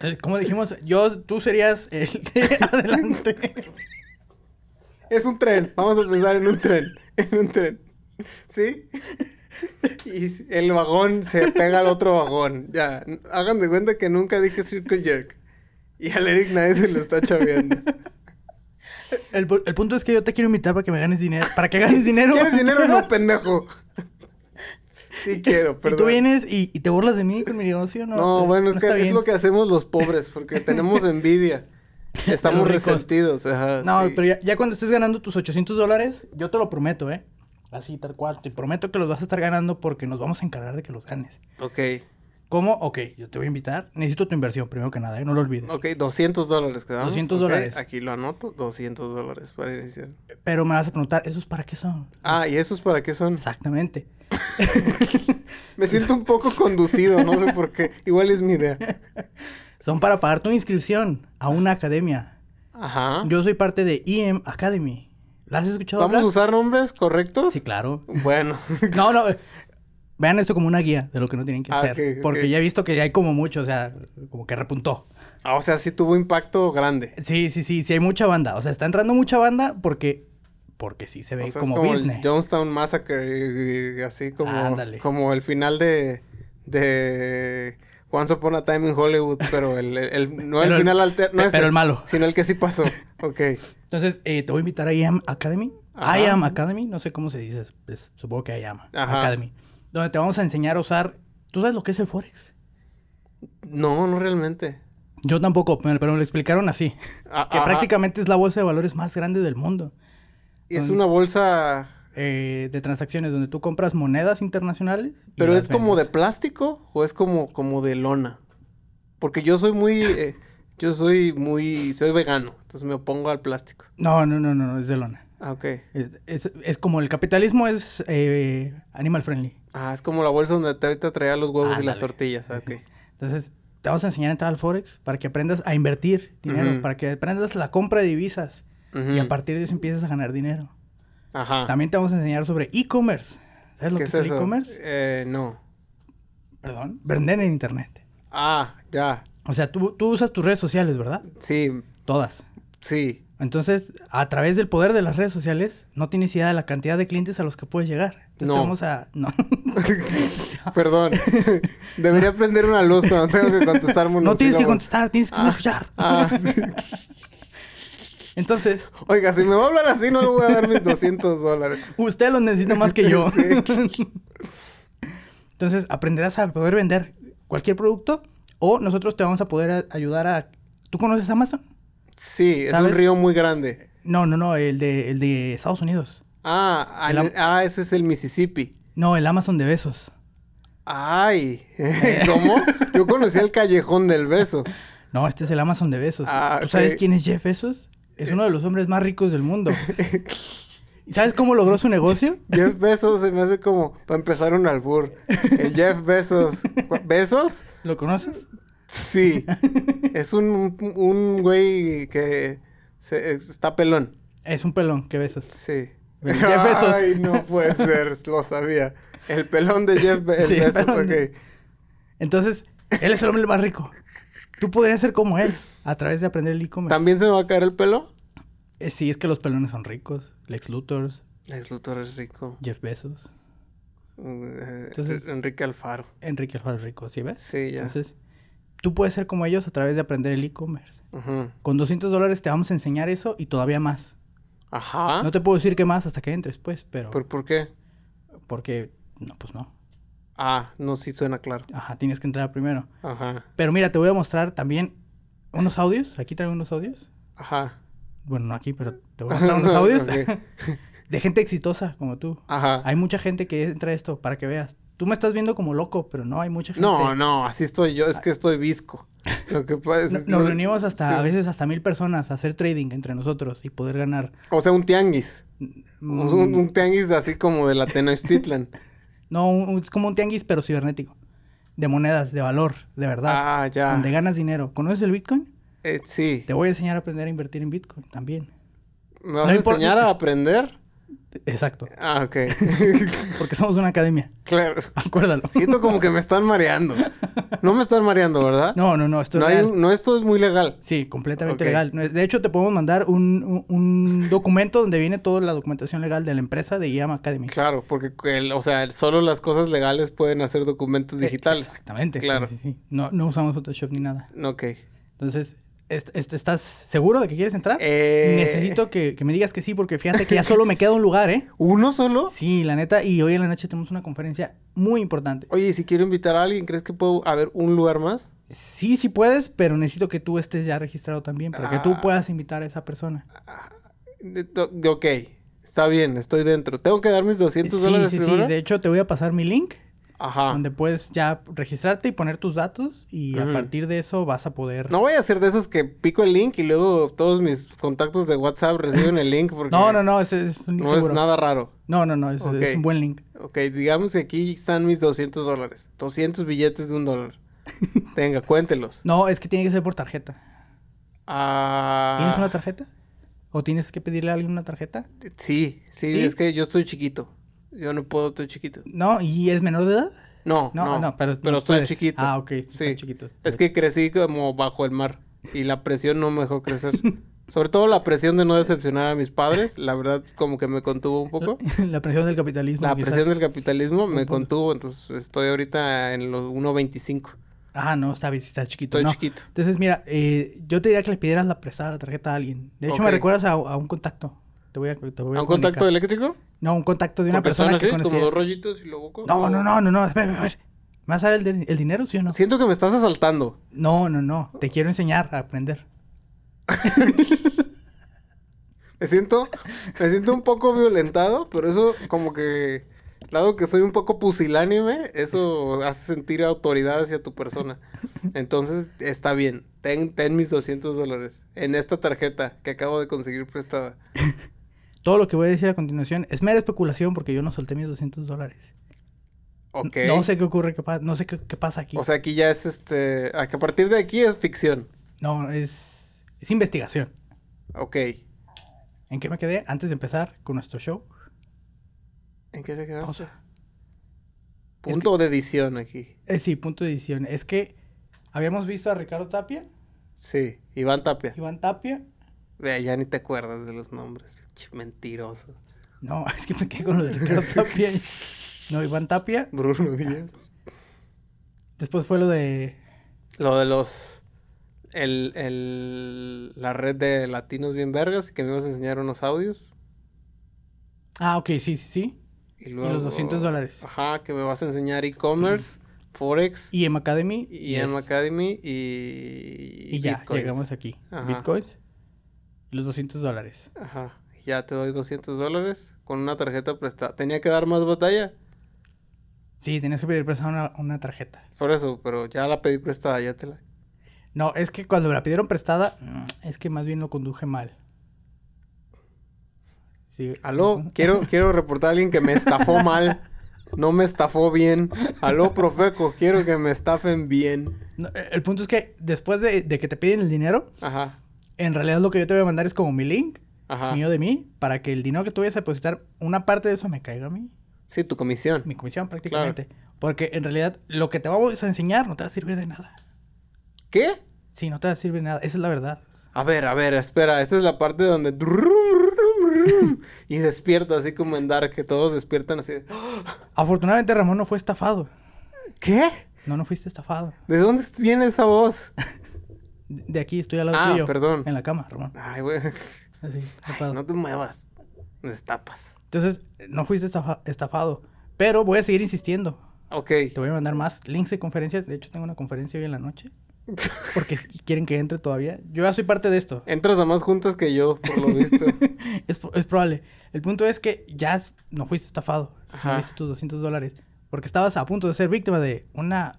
Speaker 2: Eh, Como dijimos, yo, tú serías el de (laughs) adelante.
Speaker 1: Es un tren, vamos a pensar en un tren, en un tren. ¿Sí? Y el vagón se pega al otro vagón. Ya, hagan de cuenta que nunca dije Circle Jerk. Y al Eric nadie se lo está chaveando.
Speaker 2: El, pu- el punto es que yo te quiero invitar para que me ganes dinero. Para que ganes dinero.
Speaker 1: ¿Quieres dinero?
Speaker 2: (laughs)
Speaker 1: No, pendejo. Sí quiero,
Speaker 2: Y
Speaker 1: perdón.
Speaker 2: tú vienes y, y te burlas de mí con mi negocio, ¿no?
Speaker 1: No, bueno, es, que
Speaker 2: está
Speaker 1: es
Speaker 2: bien.
Speaker 1: lo que hacemos los pobres,
Speaker 2: (laughs)
Speaker 1: porque tenemos envidia. Estamos
Speaker 2: De los ricos.
Speaker 1: resentidos, ajá.
Speaker 2: No,
Speaker 1: sí.
Speaker 2: pero ya, ya cuando estés ganando tus 800 dólares, yo te lo prometo, ¿eh? Así, tal cual. Te prometo que los vas a estar ganando porque nos vamos a encargar de que los ganes.
Speaker 1: Ok,
Speaker 2: ¿Cómo? Ok, yo te voy a invitar. Necesito tu inversión, primero que nada, ¿eh? No lo olvides.
Speaker 1: ok, 200 dólares quedamos.
Speaker 2: 200
Speaker 1: ok,
Speaker 2: dólares.
Speaker 1: Aquí lo anoto, 200 dólares para
Speaker 2: (laughs)
Speaker 1: iniciar.
Speaker 2: Pero me vas a preguntar, ¿esos para qué son?
Speaker 1: Ah, ¿y esos para qué son?
Speaker 2: Exactamente.
Speaker 1: Me siento un poco conducido, no sé por
Speaker 2: (laughs)
Speaker 1: qué. Igual es mi idea.
Speaker 2: Son para pagar tu inscripción a una academia.
Speaker 1: Ajá.
Speaker 2: Yo soy parte de EM Academy. ¿La has escuchado
Speaker 1: ¿Vamos a
Speaker 2: hablar?
Speaker 1: usar nombres correctos?
Speaker 2: Sí, claro.
Speaker 1: Bueno. (laughs)
Speaker 2: No, no. eh, Vean esto como una guía de lo que no tienen que
Speaker 1: Ah,
Speaker 2: hacer.
Speaker 1: ok, ok.
Speaker 2: Porque ya he visto que hay como mucho, o sea, como que repuntó.
Speaker 1: Ah, o sea, sí tuvo impacto grande.
Speaker 2: Sí, sí, sí, sí, hay mucha banda. O sea, está entrando mucha banda porque. Porque sí se
Speaker 1: O
Speaker 2: ve
Speaker 1: sea, es
Speaker 2: como,
Speaker 1: el
Speaker 2: business.
Speaker 1: Jonestown Massacre, y- y así como,
Speaker 2: Ándale.
Speaker 1: como el final de, de Once Upon a Time in Hollywood, pero el, el- el- no
Speaker 2: Pero
Speaker 1: el
Speaker 2: el-
Speaker 1: final alterno.
Speaker 2: pe- pero el malo.
Speaker 1: Sino el que sí pasó. Ok.
Speaker 2: Entonces, eh, te voy a invitar a IAM Academy.
Speaker 1: Ajá.
Speaker 2: IAM Academy, no sé cómo se dice. pues, supongo que IAM
Speaker 1: Ajá.
Speaker 2: Academy. Donde te vamos a enseñar a usar. ¿Tú sabes lo que es el Forex?
Speaker 1: No, no realmente.
Speaker 2: Yo tampoco, pero pero me lo explicaron así.
Speaker 1: A-
Speaker 2: Que
Speaker 1: ajá.
Speaker 2: prácticamente es la bolsa de valores más grande del mundo.
Speaker 1: Y Es una bolsa...
Speaker 2: eh, de transacciones donde tú compras monedas internacionales. y
Speaker 1: ¿Pero
Speaker 2: las
Speaker 1: es como de
Speaker 2: vendes.
Speaker 1: plástico o es como, como de lona? Porque yo soy muy... eh, yo soy muy... Soy vegano, entonces me opongo al plástico.
Speaker 2: No, no, no, no, no, es de lona.
Speaker 1: Ah, ok.
Speaker 2: Es, es- es como el capitalismo es eh, animal friendly.
Speaker 1: Ah, es como la bolsa donde te ahorita traía los huevos y las
Speaker 2: Ándale.
Speaker 1: tortillas. Ah, ok.
Speaker 2: Entonces, te vamos a enseñar a entrar al Forex para que aprendas a invertir dinero,
Speaker 1: Ujú.
Speaker 2: para que aprendas la compra de divisas y a
Speaker 1: Ujú.
Speaker 2: partir de eso empiezas a ganar dinero.
Speaker 1: Ajá.
Speaker 2: También te vamos a enseñar sobre e-commerce. ¿Sabes lo que
Speaker 1: ¿Qué
Speaker 2: es,
Speaker 1: es
Speaker 2: el
Speaker 1: eso?
Speaker 2: e-commerce?
Speaker 1: Eh, no.
Speaker 2: Perdón, vender en internet.
Speaker 1: Ah, ya.
Speaker 2: O sea, tú, tú usas tus redes sociales, ¿verdad?
Speaker 1: Sí,
Speaker 2: Todas.
Speaker 1: sí.
Speaker 2: Entonces, a través del poder de las redes sociales, no tienes idea de la cantidad de clientes a los que puedes llegar. Entonces,
Speaker 1: No.
Speaker 2: te vamos a...
Speaker 1: (laughs)
Speaker 2: No, (laughs)
Speaker 1: Perdón. Debería prender una luz cuando tengo que contestar
Speaker 2: no tienes que
Speaker 1: monosílabos.
Speaker 2: contestar, tienes que
Speaker 1: Ah,
Speaker 2: escuchar.
Speaker 1: Ah, sí.
Speaker 2: Entonces,
Speaker 1: Oiga, si me va a hablar así, no le voy a dar mis 200 dólares.
Speaker 2: usted los necesita más
Speaker 1: (laughs)
Speaker 2: que yo. (laughs) Entonces, aprenderás a poder vender cualquier producto o nosotros te vamos a poder a- ayudar a... ¿Tú conoces Amazon?
Speaker 1: Sí, es
Speaker 2: ¿Sabes?
Speaker 1: un río muy grande.
Speaker 2: No, no, no, el de, el de Estados Unidos.
Speaker 1: Ah,
Speaker 2: El
Speaker 1: ah,
Speaker 2: am-
Speaker 1: ah, ese es el Mississippi.
Speaker 2: No, el Amazon de besos.
Speaker 1: Ay,
Speaker 2: Eh.
Speaker 1: (laughs) ¿cómo? Yo conocí el callejón del beso.
Speaker 2: No, este es el Amazon de Besos.
Speaker 1: Ah,
Speaker 2: ¿Tú
Speaker 1: ok.
Speaker 2: sabes quién es Jeff Bezos? Es uno de los hombres más ricos
Speaker 1: (laughs)
Speaker 2: del mundo. ¿Y sabes cómo logró su negocio?
Speaker 1: Jeff Bezos se me hace como para empezar un albur. El Jeff Bezos. ¿Besos?
Speaker 2: ¿Lo conoces?
Speaker 1: Sí. es un, un güey que se- está pelón.
Speaker 2: Es un pelón, qué besos.
Speaker 1: Sí.
Speaker 2: El Jeff Bezos.
Speaker 1: Ay, no puede ser, lo sabía. El pelón de Jeff Be- el
Speaker 2: Sí, el
Speaker 1: Bezos,
Speaker 2: pelón de-
Speaker 1: ok.
Speaker 2: Entonces, él es el hombre más rico. Tú podrías ser como él a través de aprender el e-commerce.
Speaker 1: ¿También se me va a caer el pelo?
Speaker 2: Eh, sí, es que los pelones son ricos. Lex Luthor,
Speaker 1: Lex Luthor es rico.
Speaker 2: Jeff Bezos,
Speaker 1: Entonces,
Speaker 2: Entonces-
Speaker 1: Enrique Alfaro.
Speaker 2: Enrique Alfaro es rico, ¿sí ves?
Speaker 1: Sí, ya.
Speaker 2: Entonces, tú puedes ser como ellos a través de aprender el e-commerce.
Speaker 1: Ujú.
Speaker 2: Con 200 dólares te vamos a enseñar eso y todavía más.
Speaker 1: Ajá.
Speaker 2: No te puedo decir qué más hasta que entres, pues, pero...
Speaker 1: Ah. ¿Por, por qué?
Speaker 2: Porque, no, pues no.
Speaker 1: Ah, no, sí suena claro.
Speaker 2: Ajá, tienes que entrar primero.
Speaker 1: Ajá.
Speaker 2: Pero mira, te voy a mostrar también unos audios. Aquí traigo unos audios.
Speaker 1: Ajá.
Speaker 2: Bueno, no aquí, pero te voy a mostrar
Speaker 1: (laughs)
Speaker 2: unos audios
Speaker 1: Ok.
Speaker 2: de gente exitosa como tú.
Speaker 1: Ajá.
Speaker 2: Hay mucha gente que entra a esto para que veas. Tú me estás viendo como loco, pero no hay mucha gente.
Speaker 1: No, no, así estoy yo, es que estoy visco. Lo que pasa es
Speaker 2: Nos,
Speaker 1: que-
Speaker 2: nos reunimos hasta,
Speaker 1: sí.
Speaker 2: a veces hasta mil personas a hacer trading entre nosotros y poder ganar.
Speaker 1: O sea, un tianguis. O sea, Un,
Speaker 2: mm,
Speaker 1: un tianguis así como de la
Speaker 2: (laughs)
Speaker 1: Tenochtitlan.
Speaker 2: No, un- es como un tianguis, pero cibernético. De monedas, de valor, de verdad.
Speaker 1: ah, ya.
Speaker 2: Donde ganas dinero. ¿Conoces el Bitcoin?
Speaker 1: Eh, sí.
Speaker 2: Te voy a enseñar a aprender a invertir en Bitcoin también.
Speaker 1: ¿Me vas
Speaker 2: no
Speaker 1: a
Speaker 2: importa-
Speaker 1: enseñar a aprender?
Speaker 2: Exacto.
Speaker 1: Ah, ok. (laughs)
Speaker 2: Porque somos una academia.
Speaker 1: claro.
Speaker 2: (laughs) Acuérdalo.
Speaker 1: Siento como que me están mareando. No me están mareando, ¿verdad?
Speaker 2: No, no, no. Esto es
Speaker 1: No, hay
Speaker 2: real.
Speaker 1: un- no, esto es muy legal.
Speaker 2: Sí, completamente
Speaker 1: Ok.
Speaker 2: legal. No, De hecho, te podemos mandar un, un- un documento donde viene toda la documentación legal de la empresa de IAM Academy.
Speaker 1: Claro, porque, el- o sea, solo las cosas legales pueden hacer documentos
Speaker 2: Eh,
Speaker 1: digitales.
Speaker 2: Exactamente. sí,
Speaker 1: Claro.
Speaker 2: sí, sí. No, no usamos Photoshop ni nada.
Speaker 1: Ok.
Speaker 2: Entonces, est- est- ¿estás seguro de que quieres entrar?
Speaker 1: Eh,
Speaker 2: Ah, Necesito que, que me digas que sí, porque fíjate que ya solo me queda un lugar, ¿eh?
Speaker 1: ¿Uno solo?
Speaker 2: Sí, la neta. Y hoy en la noche tenemos una conferencia muy importante.
Speaker 1: Oye, ¿y si quiero invitar a alguien, ¿crees que puedo haber un lugar más?
Speaker 2: Sí, sí puedes, pero necesito que tú estés ya registrado también para que tú
Speaker 1: Ah.
Speaker 2: puedas invitar a esa persona.
Speaker 1: De- to- de- ok, está bien, estoy dentro. ¿Tengo que dar mis 200
Speaker 2: Sí,
Speaker 1: dólares
Speaker 2: sí, sí.
Speaker 1: primero?
Speaker 2: De hecho, te voy a pasar mi link
Speaker 1: Ajá.
Speaker 2: donde puedes ya registrarte y poner tus datos y a
Speaker 1: Ah. Ujú.
Speaker 2: partir de eso vas a poder...
Speaker 1: No voy a ser de esos que pico el link y luego todos mis contactos de WhatsApp reciben el link porque
Speaker 2: (laughs) no, no, no, ese es un link
Speaker 1: no es
Speaker 2: seguro.
Speaker 1: nada raro.
Speaker 2: No, no, no, es,
Speaker 1: Ok.
Speaker 2: es un buen link.
Speaker 1: Ok, digamos que aquí están mis 200 dólares. 200 billetes de un
Speaker 2: (laughs)
Speaker 1: dólar. Tenga, cuéntelos.
Speaker 2: No, es que tiene que ser por tarjeta.
Speaker 1: Ah,
Speaker 2: ¿Tienes una tarjeta? ¿O tienes que pedirle a alguien una tarjeta?
Speaker 1: sí, sí,
Speaker 2: ¿Sí?
Speaker 1: es que yo estoy chiquito. Yo no puedo, estoy chiquito.
Speaker 2: No, ¿y es menor de edad?
Speaker 1: No,
Speaker 2: No, no, pero... no
Speaker 1: estoy
Speaker 2: puedes.
Speaker 1: chiquito.
Speaker 2: Ah, ok, sí.
Speaker 1: Sí.
Speaker 2: chiquitos.
Speaker 1: Es que crecí como bajo el mar y la presión no me dejó
Speaker 2: (laughs)
Speaker 1: crecer. Sobre todo la presión de no decepcionar a mis padres, la verdad como que me contuvo un poco.
Speaker 2: (laughs) La presión del capitalismo.
Speaker 1: La
Speaker 2: quizás.
Speaker 1: presión del capitalismo me
Speaker 2: poco.
Speaker 1: contuvo, entonces estoy ahorita en los 1.25.
Speaker 2: Ah, no, está bien, sí está chiquito.
Speaker 1: Estoy
Speaker 2: no.
Speaker 1: chiquito.
Speaker 2: Entonces, mira, eh, yo te diría que le pidieras la prestada la tarjeta a alguien. De hecho, me
Speaker 1: Ok.
Speaker 2: recuerdas a, a un contacto. Te voy a, te voy
Speaker 1: ¿A un contacto
Speaker 2: comunicar.
Speaker 1: eléctrico?
Speaker 2: No, un contacto de una
Speaker 1: Porque
Speaker 2: persona
Speaker 1: están
Speaker 2: que
Speaker 1: así,
Speaker 2: conocía.
Speaker 1: como dos rollitos y lo boco.
Speaker 2: No, no, no, no, no, espera, espera, espera. ¿Me vas a dar el, de- el dinero, sí o no?
Speaker 1: Siento que me estás asaltando.
Speaker 2: No, no, no. Te quiero enseñar a aprender.
Speaker 1: Me siento, me siento un poco violentado, pero eso como que, dado que soy un poco pusilánime, eso hace sentir autoridad hacia tu persona. Entonces, está bien, ten, ten mis 200 dólares en esta tarjeta que acabo de conseguir prestada.
Speaker 2: Todo lo que voy a decir a continuación es mera especulación porque yo no solté mis 200 dólares. N-
Speaker 1: Ok.
Speaker 2: No sé qué ocurre, qué pa- no sé qué, qué pasa aquí.
Speaker 1: O sea, aquí ya es este, a que a partir de aquí es ficción.
Speaker 2: no, es, es investigación.
Speaker 1: Ok.
Speaker 2: ¿En qué me quedé? Antes de empezar con nuestro show.
Speaker 1: ¿En qué te
Speaker 2: Vamos
Speaker 1: quedaste?
Speaker 2: a-
Speaker 1: Punto de edición aquí.
Speaker 2: Eh, sí, punto de edición. Es que habíamos visto a Ricardo Tapia,
Speaker 1: Sí, Iván Tapia.
Speaker 2: Iván Tapia.
Speaker 1: Vea, ya ni te acuerdas de los nombres. Ch, Mentiroso.
Speaker 2: No, (laughs) es que me quedé con lo de Ricardo
Speaker 1: (laughs)
Speaker 2: Tapia. No, Iván Tapia.
Speaker 1: Bruno Díaz.
Speaker 2: Después fue lo de.
Speaker 1: (laughs) Lo de los. El, el, la red de latinos bien vergas, que me ibas a enseñar unos audios.
Speaker 2: Ah, ok, sí, sí, sí.
Speaker 1: Y luego.
Speaker 2: los 200 dólares. Mm.
Speaker 1: Ajá, que me vas a enseñar e-commerce, Forex, y,
Speaker 2: Y M Academy.
Speaker 1: EM
Speaker 2: yes.
Speaker 1: Academy y.
Speaker 2: Y ya,
Speaker 1: bitcoins.
Speaker 2: llegamos aquí.
Speaker 1: Ajá.
Speaker 2: Bitcoins. Y los 200 dólares.
Speaker 1: Ajá. Ya te doy 200 dólares con una tarjeta prestada. Tenía que dar más batalla.
Speaker 2: Sí, tenías que pedir prestada una, una tarjeta.
Speaker 1: Por eso, pero ya la pedí prestada, ya te la.
Speaker 2: No, es que cuando me la pidieron prestada, mm, es que más bien lo conduje mal. Sí, sí,
Speaker 1: Aló,
Speaker 2: ¿no? (laughs)
Speaker 1: quiero, quiero reportar a alguien que me estafó mal. No me estafó bien. Aló, Profeco, quiero que me estafen bien.
Speaker 2: No, eh, el punto es que después de, de que te piden el dinero,
Speaker 1: Ajá,
Speaker 2: en realidad lo que yo te voy a mandar es como mi link,
Speaker 1: ajá.
Speaker 2: mío de mí, para que el dinero que tú vayas a depositar, una parte de eso me caiga a mí.
Speaker 1: Sí, tu comisión.
Speaker 2: mi comisión prácticamente. Porque en realidad lo que te vamos a enseñar no te va a servir de nada.
Speaker 1: ¿Qué?
Speaker 2: Sí, no te va a servir de nada. Esa es la verdad.
Speaker 1: A ver, a ver, espera. Esta es la parte donde... Y despierto así como en Dark, que todos despiertan así. de,
Speaker 2: Afortunadamente Ramón no fue estafado.
Speaker 1: ¿Qué?
Speaker 2: No, no fuiste estafado.
Speaker 1: ¿De dónde viene esa voz?
Speaker 2: De de aquí estoy al lado
Speaker 1: Ah,
Speaker 2: tuyo.
Speaker 1: perdón.
Speaker 2: En la cama, Ramón.
Speaker 1: Ay, güey.
Speaker 2: Así,
Speaker 1: Ay,
Speaker 2: tapado.
Speaker 1: no te muevas. Me destapas.
Speaker 2: Entonces, no fuiste estafa- estafado. Pero voy a seguir insistiendo.
Speaker 1: Ok.
Speaker 2: Te voy a mandar más links de conferencias. De hecho, tengo una conferencia hoy en la noche. Porque quieren que entre todavía. Yo ya soy parte de esto.
Speaker 1: Entras a más juntas que yo, por lo (laughs) visto.
Speaker 2: es, pro- es probable. El punto es que ya es- no fuiste estafado.
Speaker 1: Ajá.
Speaker 2: No viste tus 200 dólares. Porque estabas a punto de ser víctima de una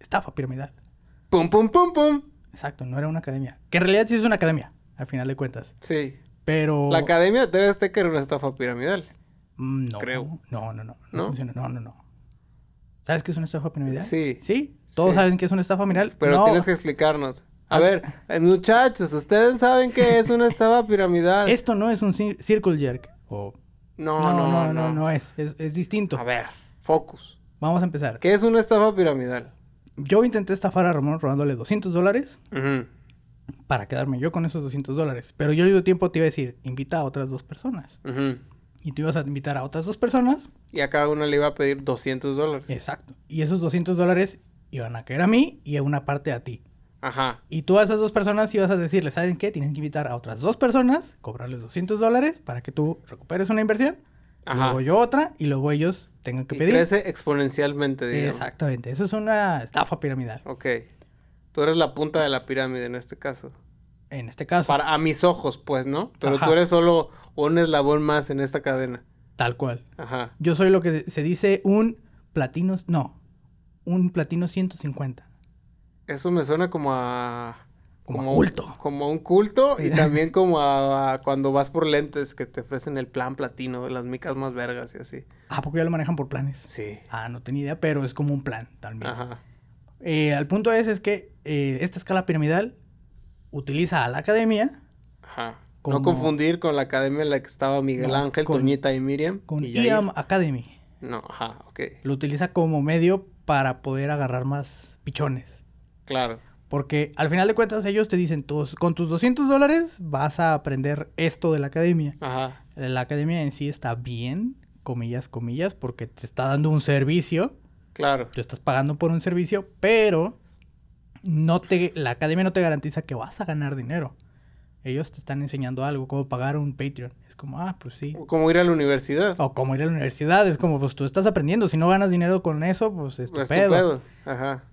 Speaker 2: estafa piramidal.
Speaker 1: Pum, pum, pum, pum.
Speaker 2: Exacto, no era una academia. Que en realidad sí es una academia, al final de cuentas.
Speaker 1: Sí.
Speaker 2: Pero.
Speaker 1: La academia debe estar que era una estafa piramidal.
Speaker 2: Mm, No.
Speaker 1: creo.
Speaker 2: No, no, no.
Speaker 1: ¿No?
Speaker 2: No, funciona. no, no, no. ¿Sabes qué es una estafa piramidal?
Speaker 1: Sí.
Speaker 2: ¿Sí? Todos
Speaker 1: Sí.
Speaker 2: saben que es una estafa piramidal.
Speaker 1: Pero
Speaker 2: No,
Speaker 1: tienes que explicarnos. A
Speaker 2: Ah,
Speaker 1: ver, eh, muchachos, ustedes saben que es una estafa piramidal.
Speaker 2: Esto no es un cir- circle jerk. o-
Speaker 1: No,
Speaker 2: No, no, no, no, no, es. Es, es distinto.
Speaker 1: A ver, focus.
Speaker 2: Vamos a empezar.
Speaker 1: ¿Qué es una estafa piramidal?
Speaker 2: Yo intenté estafar a Ramón robándole 200 dólares
Speaker 1: Ujú.
Speaker 2: para quedarme yo con esos 200 dólares. Pero yo al mismo tiempo te iba a decir, invita a otras dos personas.
Speaker 1: Ujú.
Speaker 2: Y tú ibas a invitar a otras dos personas.
Speaker 1: Y a cada uno le iba a pedir 200 dólares.
Speaker 2: Exacto. Y esos 200 dólares iban a caer a mí y a una parte a ti.
Speaker 1: Ajá.
Speaker 2: Y tú a esas dos personas ibas a decirle, ¿saben qué? Tienen que invitar a otras dos personas, cobrarles 200 dólares para que tú recuperes una inversión.
Speaker 1: Ajá.
Speaker 2: Luego yo otra y luego ellos tengan que
Speaker 1: Y
Speaker 2: pedir.
Speaker 1: crece exponencialmente, digamos.
Speaker 2: Exactamente. Eso es una estafa piramidal.
Speaker 1: Ok. Tú eres la punta de la pirámide en este caso.
Speaker 2: En este caso,
Speaker 1: Para, a mis ojos, pues, ¿no? Pero tú
Speaker 2: Ajá.
Speaker 1: eres solo un eslabón más en esta cadena.
Speaker 2: tal cual.
Speaker 1: Ajá.
Speaker 2: Yo soy lo que se dice un platino, no, un platino 150.
Speaker 1: Eso me suena como a...
Speaker 2: Como a
Speaker 1: un-
Speaker 2: culto.
Speaker 1: como a un culto
Speaker 2: (laughs)
Speaker 1: y también como a, a cuando vas por lentes que te ofrecen el plan platino, las micas más vergas y así.
Speaker 2: Ah, porque ya lo manejan por planes.
Speaker 1: Sí.
Speaker 2: Ah, no tenía idea, pero es como un plan también.
Speaker 1: Ajá.
Speaker 2: Eh, el punto es, es que eh, esta escala piramidal utiliza a la academia
Speaker 1: Ajá. No
Speaker 2: Como-
Speaker 1: confundir con la academia en la que estaba Miguel
Speaker 2: No,
Speaker 1: Ángel,
Speaker 2: con-
Speaker 1: Toñita y Miriam.
Speaker 2: con
Speaker 1: y Yair.
Speaker 2: IAM Academy.
Speaker 1: No, ajá, ok.
Speaker 2: Lo utiliza como medio para poder agarrar más pichones.
Speaker 1: Claro.
Speaker 2: Porque al final de cuentas ellos te dicen, "Tus- con tus 200 dólares vas a aprender esto de la academia.
Speaker 1: Ajá.
Speaker 2: la academia en sí está bien, comillas, comillas, porque te está dando un servicio,
Speaker 1: Claro.
Speaker 2: tú estás pagando por un servicio, pero no te, la academia no te garantiza que vas a ganar dinero. Ellos te están enseñando algo, como pagar un Patreon. Es como, ah, pues sí.
Speaker 1: Como ir a la universidad.
Speaker 2: O como ir a la universidad, es como, pues tú estás aprendiendo, si no ganas dinero con eso, pues es tu
Speaker 1: Es tu
Speaker 2: pedo.
Speaker 1: pedo. Ajá.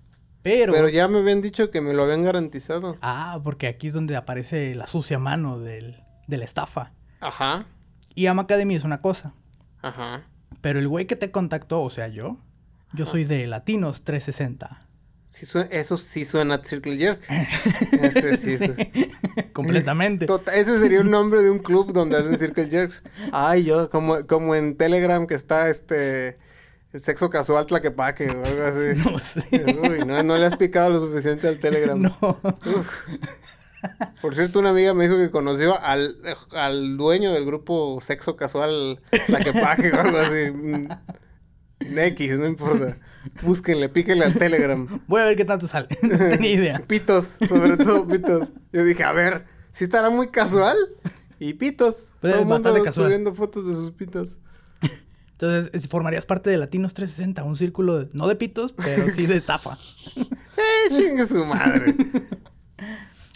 Speaker 2: Pero,
Speaker 1: Pero... ya me habían dicho que me lo habían garantizado.
Speaker 2: ah, porque aquí es donde aparece la sucia mano del, de la estafa.
Speaker 1: Ajá.
Speaker 2: Y Am Academy es una cosa,
Speaker 1: Ajá.
Speaker 2: Pero el güey que te contactó, o sea, yo, yo soy de Latinos 360.
Speaker 1: Sí sue- eso sí suena a Circle
Speaker 2: (laughs)
Speaker 1: Jerk. Ese sí,
Speaker 2: Sí.
Speaker 1: eso-
Speaker 2: (laughs) Completamente.
Speaker 1: Tota- ese sería un nombre de un club donde hacen Circle Jerks. Ay, yo, como, como en Telegram que está este. el sexo casual tlaquepaque o algo así.
Speaker 2: (laughs) (laughs)
Speaker 1: (laughs)
Speaker 2: No sé.
Speaker 1: Uy, no, no le has picado lo suficiente al Telegram.
Speaker 2: (laughs) No.
Speaker 1: Por cierto, una amiga me dijo que conoció al, al dueño del grupo sexo casual tlaquepaque (laughs) o algo así. Mm, X, no importa. Búsquenle, píquenle al Telegram.
Speaker 2: Voy a ver qué tanto sale. (laughs) No
Speaker 1: (laughs)
Speaker 2: tenía idea.
Speaker 1: Pitos, sobre todo pitos. Yo dije, a ver, si estará muy casual y pitos. todo
Speaker 2: Pues es
Speaker 1: el mundo
Speaker 2: bastante casual.
Speaker 1: subiendo fotos de sus pitos.
Speaker 2: Entonces, es- formarías parte de Latinos 360, un círculo, de- no de pitos, pero sí de tapa.
Speaker 1: Sí, chingue su madre.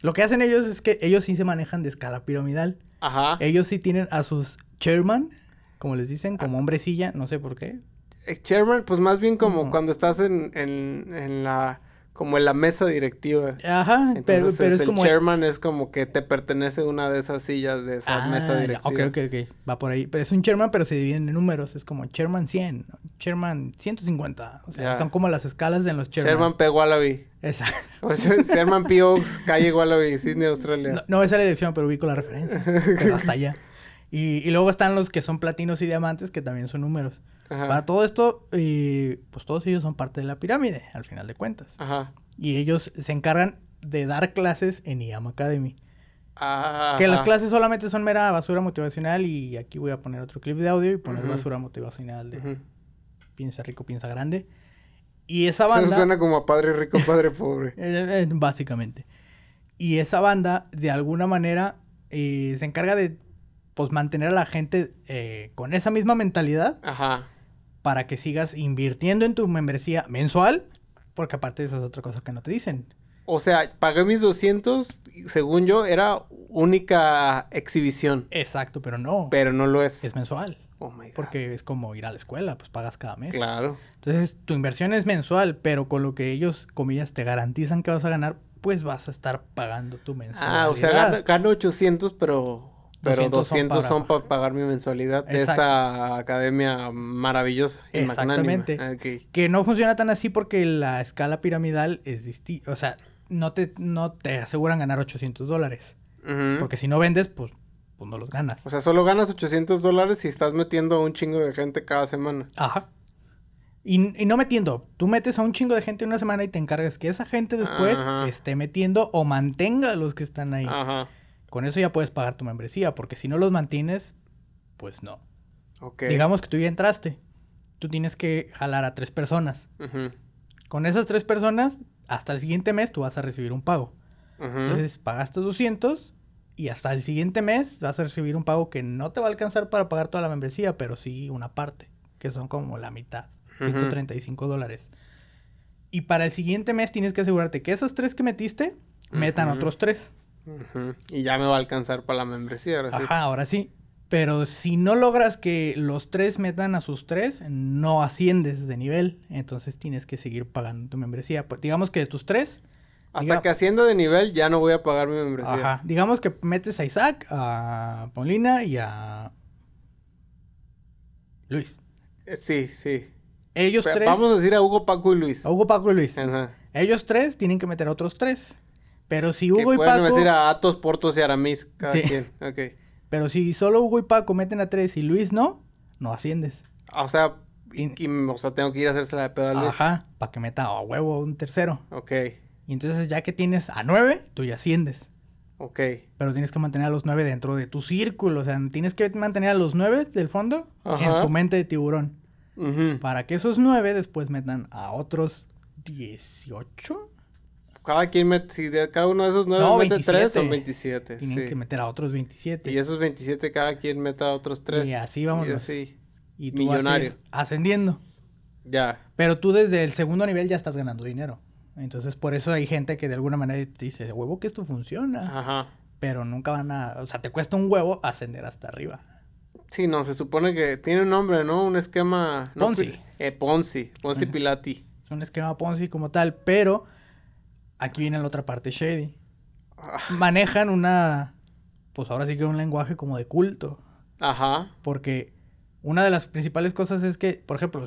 Speaker 2: Lo que hacen ellos es que ellos sí se manejan de escala piramidal.
Speaker 1: Ajá.
Speaker 2: Ellos sí tienen a sus chairman, como les dicen, como hombrecilla, no sé por qué.
Speaker 1: Eh, Chairman, pues más bien como
Speaker 2: Ujú.
Speaker 1: cuando estás en, en, en la... Como en la mesa directiva.
Speaker 2: Ajá, pero,
Speaker 1: Entonces,
Speaker 2: pero es
Speaker 1: el
Speaker 2: como...
Speaker 1: chairman es como que te pertenece una de esas sillas de esa
Speaker 2: Ah,
Speaker 1: mesa
Speaker 2: ya,
Speaker 1: directiva.
Speaker 2: Ok, ok, ok. Va por ahí. Pero es un chairman, pero se dividen en números. Es como chairman 100, chairman 150. O sea,
Speaker 1: Ya.
Speaker 2: son como las escalas de los chairman.
Speaker 1: Chairman P. Wallaby.
Speaker 2: Exacto.
Speaker 1: O (laughs) Ch- Chairman P. Oaks, calle Wallaby, Sydney, Australia.
Speaker 2: No, no esa es la dirección, pero ubico la referencia. Pero hasta allá. Y, y luego están los que son platinos y diamantes, que también son números.
Speaker 1: Ajá.
Speaker 2: Para todo esto, y, pues todos ellos son parte de la pirámide, al final de cuentas.
Speaker 1: Ajá.
Speaker 2: Y ellos se encargan de dar clases en IAM Academy.
Speaker 1: Ajá.
Speaker 2: Que las clases solamente son mera basura motivacional. Y aquí voy a poner otro clip de audio y poner
Speaker 1: Ujú.
Speaker 2: basura motivacional de
Speaker 1: Ujú.
Speaker 2: piensa rico, piensa grande. Y esa
Speaker 1: Eso
Speaker 2: banda,
Speaker 1: suena como a padre rico, padre pobre.
Speaker 2: eh, eh, básicamente, y esa banda de alguna manera eh, se encarga de pues mantener a la gente eh, con esa misma mentalidad
Speaker 1: Ajá.
Speaker 2: para que sigas invirtiendo en tu membresía mensual, porque aparte esa es otra cosa que no te dicen.
Speaker 1: O sea, pagué mis 200, y según yo, era única exhibición,
Speaker 2: Exacto, pero no,
Speaker 1: pero no lo es.
Speaker 2: es mensual,
Speaker 1: Oh my God.
Speaker 2: porque es como ir a la escuela, pues pagas cada mes.
Speaker 1: Claro.
Speaker 2: Entonces, tu inversión es mensual, pero con lo que ellos, comillas, te garantizan que vas a ganar, pues vas a estar pagando tu mensualidad.
Speaker 1: Ah, o sea, gano, gano 800, pero, pero 200,
Speaker 2: 200 son para-
Speaker 1: son para pagar mi mensualidad de
Speaker 2: Exacto.
Speaker 1: esta academia maravillosa y magnánima.
Speaker 2: Exactamente.
Speaker 1: Ok.
Speaker 2: Que no funciona tan así porque la escala piramidal es distinta. O sea, no te, no te aseguran ganar 800 dólares.
Speaker 1: Ujú.
Speaker 2: Porque si no vendes, pues, pues no los ganas.
Speaker 1: O sea, solo ganas 800 dólares si estás metiendo a un chingo de gente cada semana.
Speaker 2: Ajá. Y, y no metiendo. Tú metes a un chingo de gente en una semana y te encargas que esa gente después
Speaker 1: Ajá.
Speaker 2: esté metiendo o mantenga a los que están ahí.
Speaker 1: Ajá.
Speaker 2: Con eso ya puedes pagar tu membresía, porque si no los mantienes, pues no.
Speaker 1: Ok.
Speaker 2: Digamos que tú ya entraste. Tú tienes que jalar a tres personas.
Speaker 1: Ujú,
Speaker 2: Con esas tres personas, hasta el siguiente mes tú vas a recibir un pago.
Speaker 1: ujú.
Speaker 2: Entonces pagaste 200 y hasta el siguiente mes vas a recibir un pago que no te va a alcanzar para pagar toda la membresía, pero sí una parte, que son como la mitad,
Speaker 1: Ujú.
Speaker 2: 135 dólares. Y para el siguiente mes tienes que asegurarte que esas tres que metiste metan
Speaker 1: Ujú.
Speaker 2: otros tres.
Speaker 1: Ujú. Y ya me va a alcanzar para la membresía, ahora sí.
Speaker 2: Ajá, ahora sí. Pero si no logras que los tres metan a sus tres, no asciendes de nivel. Entonces tienes que seguir pagando tu membresía. Pues, digamos que de tus tres,
Speaker 1: Hasta
Speaker 2: Diga-
Speaker 1: que haciendo de nivel ya no voy a pagar mi membresía.
Speaker 2: Ajá. Digamos que metes a Isaac, a Paulina y a Luis.
Speaker 1: Eh, Sí, sí.
Speaker 2: Ellos
Speaker 1: Pe-
Speaker 2: tres.
Speaker 1: Vamos a decir a Hugo, Paco y Luis.
Speaker 2: a Hugo, Paco y Luis.
Speaker 1: Ajá.
Speaker 2: Ellos tres tienen que meter a otros tres. Pero si
Speaker 1: Que
Speaker 2: Hugo y
Speaker 1: pueden
Speaker 2: Paco.
Speaker 1: decir a Atos, Portos y Aramis, cada
Speaker 2: Sí.
Speaker 1: quien. Ok.
Speaker 2: Pero si solo Hugo y Paco meten a tres y Luis no, no asciendes.
Speaker 1: Ah, O sea, y-
Speaker 2: Tin-
Speaker 1: y- o sea, tengo que ir a hacerse la de pedo a Luis.
Speaker 2: Ajá. Para que meta a huevo un tercero.
Speaker 1: Ok,
Speaker 2: Y entonces ya que tienes a nueve, tú ya asciendes.
Speaker 1: ok.
Speaker 2: Pero tienes que mantener a los nueve dentro de tu círculo. O sea, tienes que mantener a los nueve del fondo en
Speaker 1: Ajá.
Speaker 2: su mente de tiburón.
Speaker 1: Ujú.
Speaker 2: Para que esos nueve después metan a otros 18.
Speaker 1: Cada quien mete, si de cada uno de esos nueve
Speaker 2: No,
Speaker 1: mete tres o
Speaker 2: 27.
Speaker 1: 27.
Speaker 2: Tienen
Speaker 1: sí.
Speaker 2: que meter a otros 27.
Speaker 1: Y esos 27 cada quien meta otros tres.
Speaker 2: Y así vámonos.
Speaker 1: Y así.
Speaker 2: Y tú vas a ir
Speaker 1: millonario.
Speaker 2: ascendiendo.
Speaker 1: Ya.
Speaker 2: Pero tú desde el segundo nivel ya estás ganando dinero. Entonces por eso hay gente que de alguna manera te dice, huevo que esto funciona.
Speaker 1: Ajá.
Speaker 2: Pero nunca van a... O sea, te cuesta un huevo ascender hasta arriba.
Speaker 1: Sí, no, se supone que tiene un nombre, ¿no? Un esquema... ¿no?
Speaker 2: Ponzi.
Speaker 1: Eh, Ponzi. Ponzi
Speaker 2: Ajá.
Speaker 1: Pilati.
Speaker 2: Es un esquema Ponzi como tal. Pero aquí viene la otra parte shady.
Speaker 1: Ah.
Speaker 2: Manejan una... Pues ahora sí que un lenguaje como de culto.
Speaker 1: Ajá.
Speaker 2: Porque una de las principales cosas es que, por ejemplo,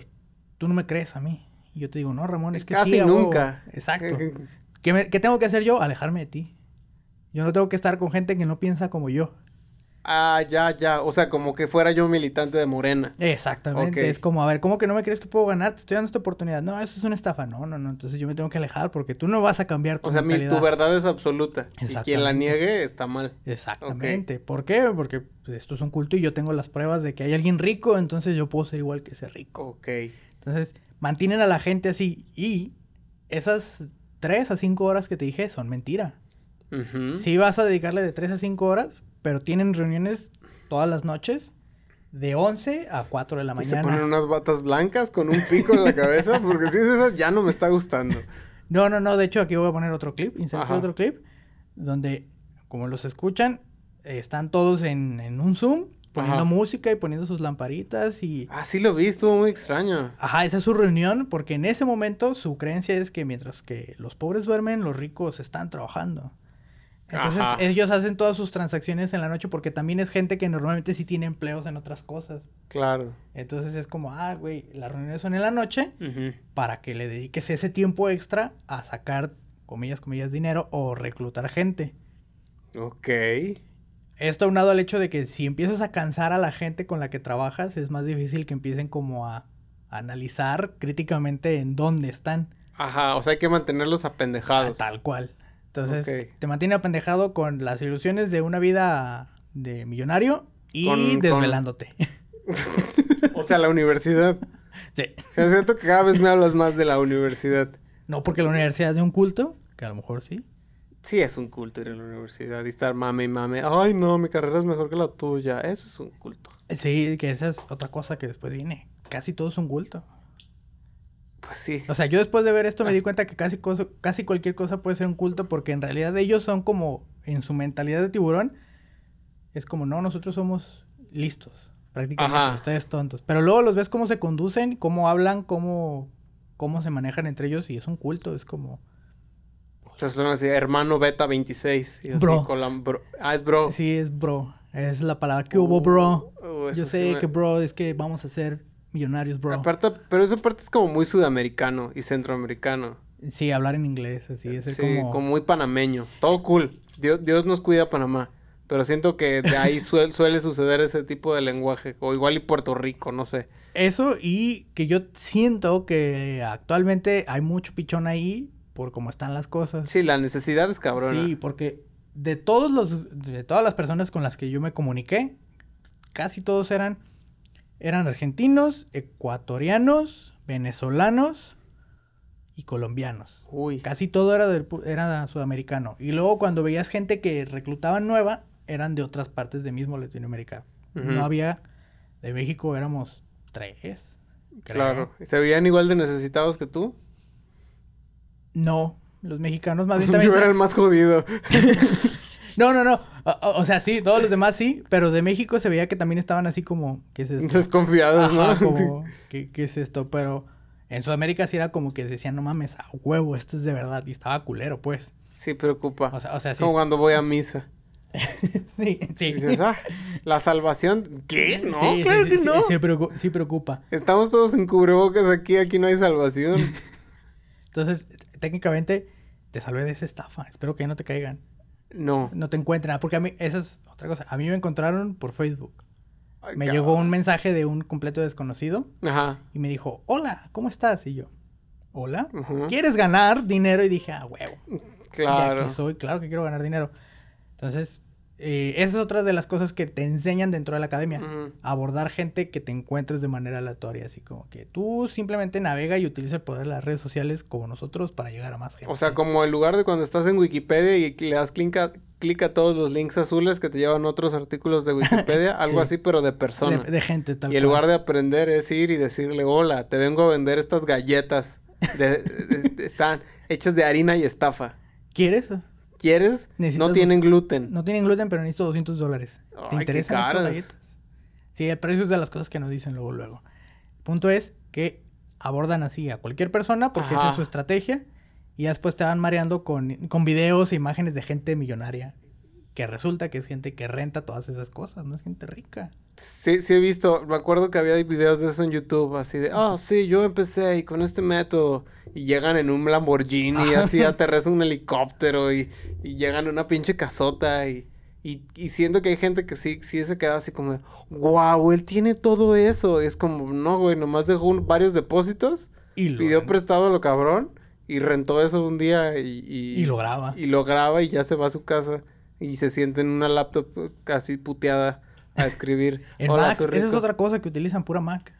Speaker 2: tú no me crees a mí. Y yo te digo, no, Ramón, es que
Speaker 1: Casi
Speaker 2: sí, a huevo".
Speaker 1: nunca. Eh,
Speaker 2: Exacto. ¿Qué, me- qué tengo que hacer yo? Alejarme de ti. Yo no tengo que estar con gente que no piensa como yo.
Speaker 1: (laughs) ah, ya, ya. O sea, como que fuera yo militante de Morena.
Speaker 2: Exactamente.
Speaker 1: Ok.
Speaker 2: Es como, a ver, ¿cómo que no me crees que puedo ganar? Te estoy dando esta oportunidad. No, eso es una estafa. No, no, no. Entonces yo me tengo que alejar porque tú no vas a cambiar tu
Speaker 1: O sea, mi-
Speaker 2: mentalidad.
Speaker 1: tu verdad es absoluta. Y quien la
Speaker 2: Exactamente.
Speaker 1: niegue está mal.
Speaker 2: Exactamente. ¿Por qué? Porque pues, esto es un culto y yo tengo las pruebas de que hay alguien rico, entonces yo puedo ser igual que ese rico.
Speaker 1: Ok.
Speaker 2: Entonces, mantienen a la gente así y esas 3 a 5 horas que te dije son mentira.
Speaker 1: Ujú.
Speaker 2: Sí vas a dedicarle de 3 a 5 horas, pero tienen reuniones todas las noches de 11 a 4 de la
Speaker 1: Y se ponen
Speaker 2: mañana.
Speaker 1: unas batas blancas con un pico en la (laughs) cabeza, porque si es esas ya no me está gustando.
Speaker 2: No, no, no, de hecho aquí voy a poner otro clip, inserté
Speaker 1: Ajá.
Speaker 2: otro clip, donde como los escuchan, eh, están todos en, en un Zoom poniendo
Speaker 1: Ajá.
Speaker 2: música y poniendo sus lamparitas y...
Speaker 1: Ah, sí lo vi, estuvo muy extraño.
Speaker 2: Ajá, esa es su reunión, porque en ese momento su creencia es que mientras que los pobres duermen, los ricos están trabajando. Entonces
Speaker 1: Ajá.
Speaker 2: ellos hacen todas sus transacciones en la noche porque también es gente que normalmente sí tiene empleos en otras cosas.
Speaker 1: Claro.
Speaker 2: Entonces es como, ah, güey, las reuniones son en la noche
Speaker 1: Ujú.
Speaker 2: para que le dediques ese tiempo extra a sacar, comillas, comillas, dinero o reclutar gente.
Speaker 1: Ok.
Speaker 2: Esto aunado al hecho de que si empiezas a cansar a la gente con la que trabajas, es más difícil que empiecen como a analizar críticamente en dónde están.
Speaker 1: Ajá, o sea, hay que mantenerlos
Speaker 2: Ah,
Speaker 1: apendejados.
Speaker 2: Tal cual. Entonces,
Speaker 1: Ok.
Speaker 2: te mantiene apendejado con las ilusiones de una vida de millonario y
Speaker 1: Con- con-
Speaker 2: desvelándote. (laughs)
Speaker 1: O sea, la universidad.
Speaker 2: sí.
Speaker 1: O sea, siento que cada vez me hablas más de la universidad.
Speaker 2: No porque la universidad es de un culto, que a lo mejor sí.
Speaker 1: Sí, es un culto ir a la universidad y estar mame y mame. Ay, no, mi carrera es mejor que la tuya. Eso es un culto.
Speaker 2: Sí, que esa es otra cosa que después viene. Casi todo es un culto.
Speaker 1: Pues sí.
Speaker 2: O sea, yo después de ver esto me di
Speaker 1: Así-
Speaker 2: cuenta que casi, cosa- casi cualquier cosa puede ser un culto porque en realidad ellos son como, en su mentalidad de tiburón, es como, no, nosotros somos listos, prácticamente,
Speaker 1: Ajá.
Speaker 2: ustedes tontos. Pero luego los ves cómo se conducen, cómo hablan, cómo, cómo se manejan entre ellos y es un culto, es como...
Speaker 1: O sea, suena así, hermano beta 26. y así
Speaker 2: Bro.
Speaker 1: con la bro- Ah, es bro.
Speaker 2: Sí, es bro, es la palabra que hubo, bro.
Speaker 1: Uh, uh, eso
Speaker 2: Yo
Speaker 1: sí
Speaker 2: sé
Speaker 1: me-
Speaker 2: que, bro, es que vamos a ser millonarios, bro.
Speaker 1: Aparte, pero esa parte es como muy sudamericano y centroamericano.
Speaker 2: Sí, hablar en inglés, así, es
Speaker 1: Sí,
Speaker 2: como...
Speaker 1: como... muy panameño. Todo cool. Dios, Dios nos cuida a Panamá. Pero siento que de ahí suel- (laughs) suele suceder ese tipo de lenguaje. O igual y Puerto Rico, no sé.
Speaker 2: Eso y que yo siento que actualmente hay mucho pichón ahí por cómo están las cosas.
Speaker 1: Sí, la necesidad es cabrona.
Speaker 2: Sí, porque de todos los, de todas las personas con las que yo me comuniqué, casi todos eran, eran argentinos, ecuatorianos, venezolanos y colombianos.
Speaker 1: Uy.
Speaker 2: Casi todo era, del pu- era sudamericano. Y luego cuando veías gente que reclutaban nueva, eran de otras partes de mismo Latinoamérica.
Speaker 1: Ujú.
Speaker 2: No había, de México éramos tres. creo.
Speaker 1: Claro. ¿Y ¿Se veían igual de necesitados que tú?
Speaker 2: No, los
Speaker 1: (laughs)
Speaker 2: mexicanos más bien también.
Speaker 1: Yo era el más jodido. (laughs)
Speaker 2: No, no, no. O, o- o sea, sí, todos los demás sí, pero de México se veía que también estaban así como, ¿qué es esto?
Speaker 1: Desconfiados, ¿no? (laughs)
Speaker 2: este, Ajá, como, ¿qué, qué es esto? Pero en Sudamérica sí era como que decían, no mames, a huevo, esto es de verdad. Y estaba culero, pues.
Speaker 1: Sí, preocupa.
Speaker 2: O sea, o sea sí. (laughs)
Speaker 1: como cuando voy a misa.
Speaker 2: sí, sí.
Speaker 1: Y dices, ah, la salvación. ¿Qué? No,
Speaker 2: Sí, sí,
Speaker 1: claro
Speaker 2: sí,
Speaker 1: que
Speaker 2: sí,
Speaker 1: no.
Speaker 2: sí preocu- sí preocupa.
Speaker 1: Estamos todos en cubrebocas aquí, aquí no hay salvación.
Speaker 2: Entonces, técnicamente, te salvé de esa estafa. Espero que ya no te caigan.
Speaker 1: No.
Speaker 2: (laughs) No te encuentren. ah, Porque a mí, esa es otra cosa. A mí me encontraron por Facebook.
Speaker 1: Ay,
Speaker 2: Me
Speaker 1: cabrón.
Speaker 2: llegó un mensaje de un completo desconocido
Speaker 1: Ajá.
Speaker 2: y me dijo, hola, ¿cómo estás? Y yo, hola,
Speaker 1: Ujú.
Speaker 2: ¿quieres ganar dinero? Y dije, ah, huevo.
Speaker 1: Claro.
Speaker 2: Ya aquí soy, claro que quiero ganar dinero. Entonces, eh, esa es otra de las cosas que te enseñan dentro de la academia.
Speaker 1: Ujú.
Speaker 2: Abordar gente que te encuentres de manera aleatoria, así como que tú simplemente navega y utiliza el poder de las redes sociales como nosotros para llegar a más gente.
Speaker 1: O sea, como el lugar de cuando estás en Wikipedia y le das clic a, clic a todos los links azules que te llevan otros artículos de Wikipedia, algo
Speaker 2: (laughs) Sí.
Speaker 1: así, pero de
Speaker 2: de,
Speaker 1: persona.
Speaker 2: de gente tal
Speaker 1: y en
Speaker 2: cual.
Speaker 1: lugar de aprender es ir y decirle, hola, te vengo a vender estas galletas. de- de- de- están hechas de harina y estafa.
Speaker 2: ¿Quieres?
Speaker 1: ¿Quieres?
Speaker 2: (laughs) Necesitas
Speaker 1: no tienen gluten.
Speaker 2: No tienen gluten, pero necesito 200 dólares.
Speaker 1: Ay,
Speaker 2: ¿Te
Speaker 1: qué
Speaker 2: interesan estas
Speaker 1: caras.
Speaker 2: galletas? Sí, el precio es de las cosas que nos dicen luego, luego. El punto es que abordan así a cualquier persona porque esa
Speaker 1: Ajá.
Speaker 2: es su estrategia. Y ya después te van mareando con, con videos e imágenes de gente millonaria. Que resulta que es gente que renta todas esas cosas, no es gente rica.
Speaker 1: Sí, sí he visto. Me acuerdo que había videos de eso en YouTube, así de, ah, sí, yo empecé y con este método. Y llegan en un Lamborghini, así aterriza un helicóptero y, y llegan en una pinche casota y, y, y siento que hay gente que sí, sí se queda así como, wow, él tiene todo eso. Y es como, no, güey, nomás dejó un- varios depósitos,
Speaker 2: Y lo,
Speaker 1: pidió prestado a lo cabrón y rentó eso un día y... Y,
Speaker 2: y lo graba.
Speaker 1: y lo graba y ya se va a su casa y se siente en una laptop eh, casi puteada a escribir.
Speaker 2: (laughs) En
Speaker 1: Hola,
Speaker 2: Mac,
Speaker 1: soy
Speaker 2: esa es
Speaker 1: rico.
Speaker 2: otra cosa que utilizan pura Mac.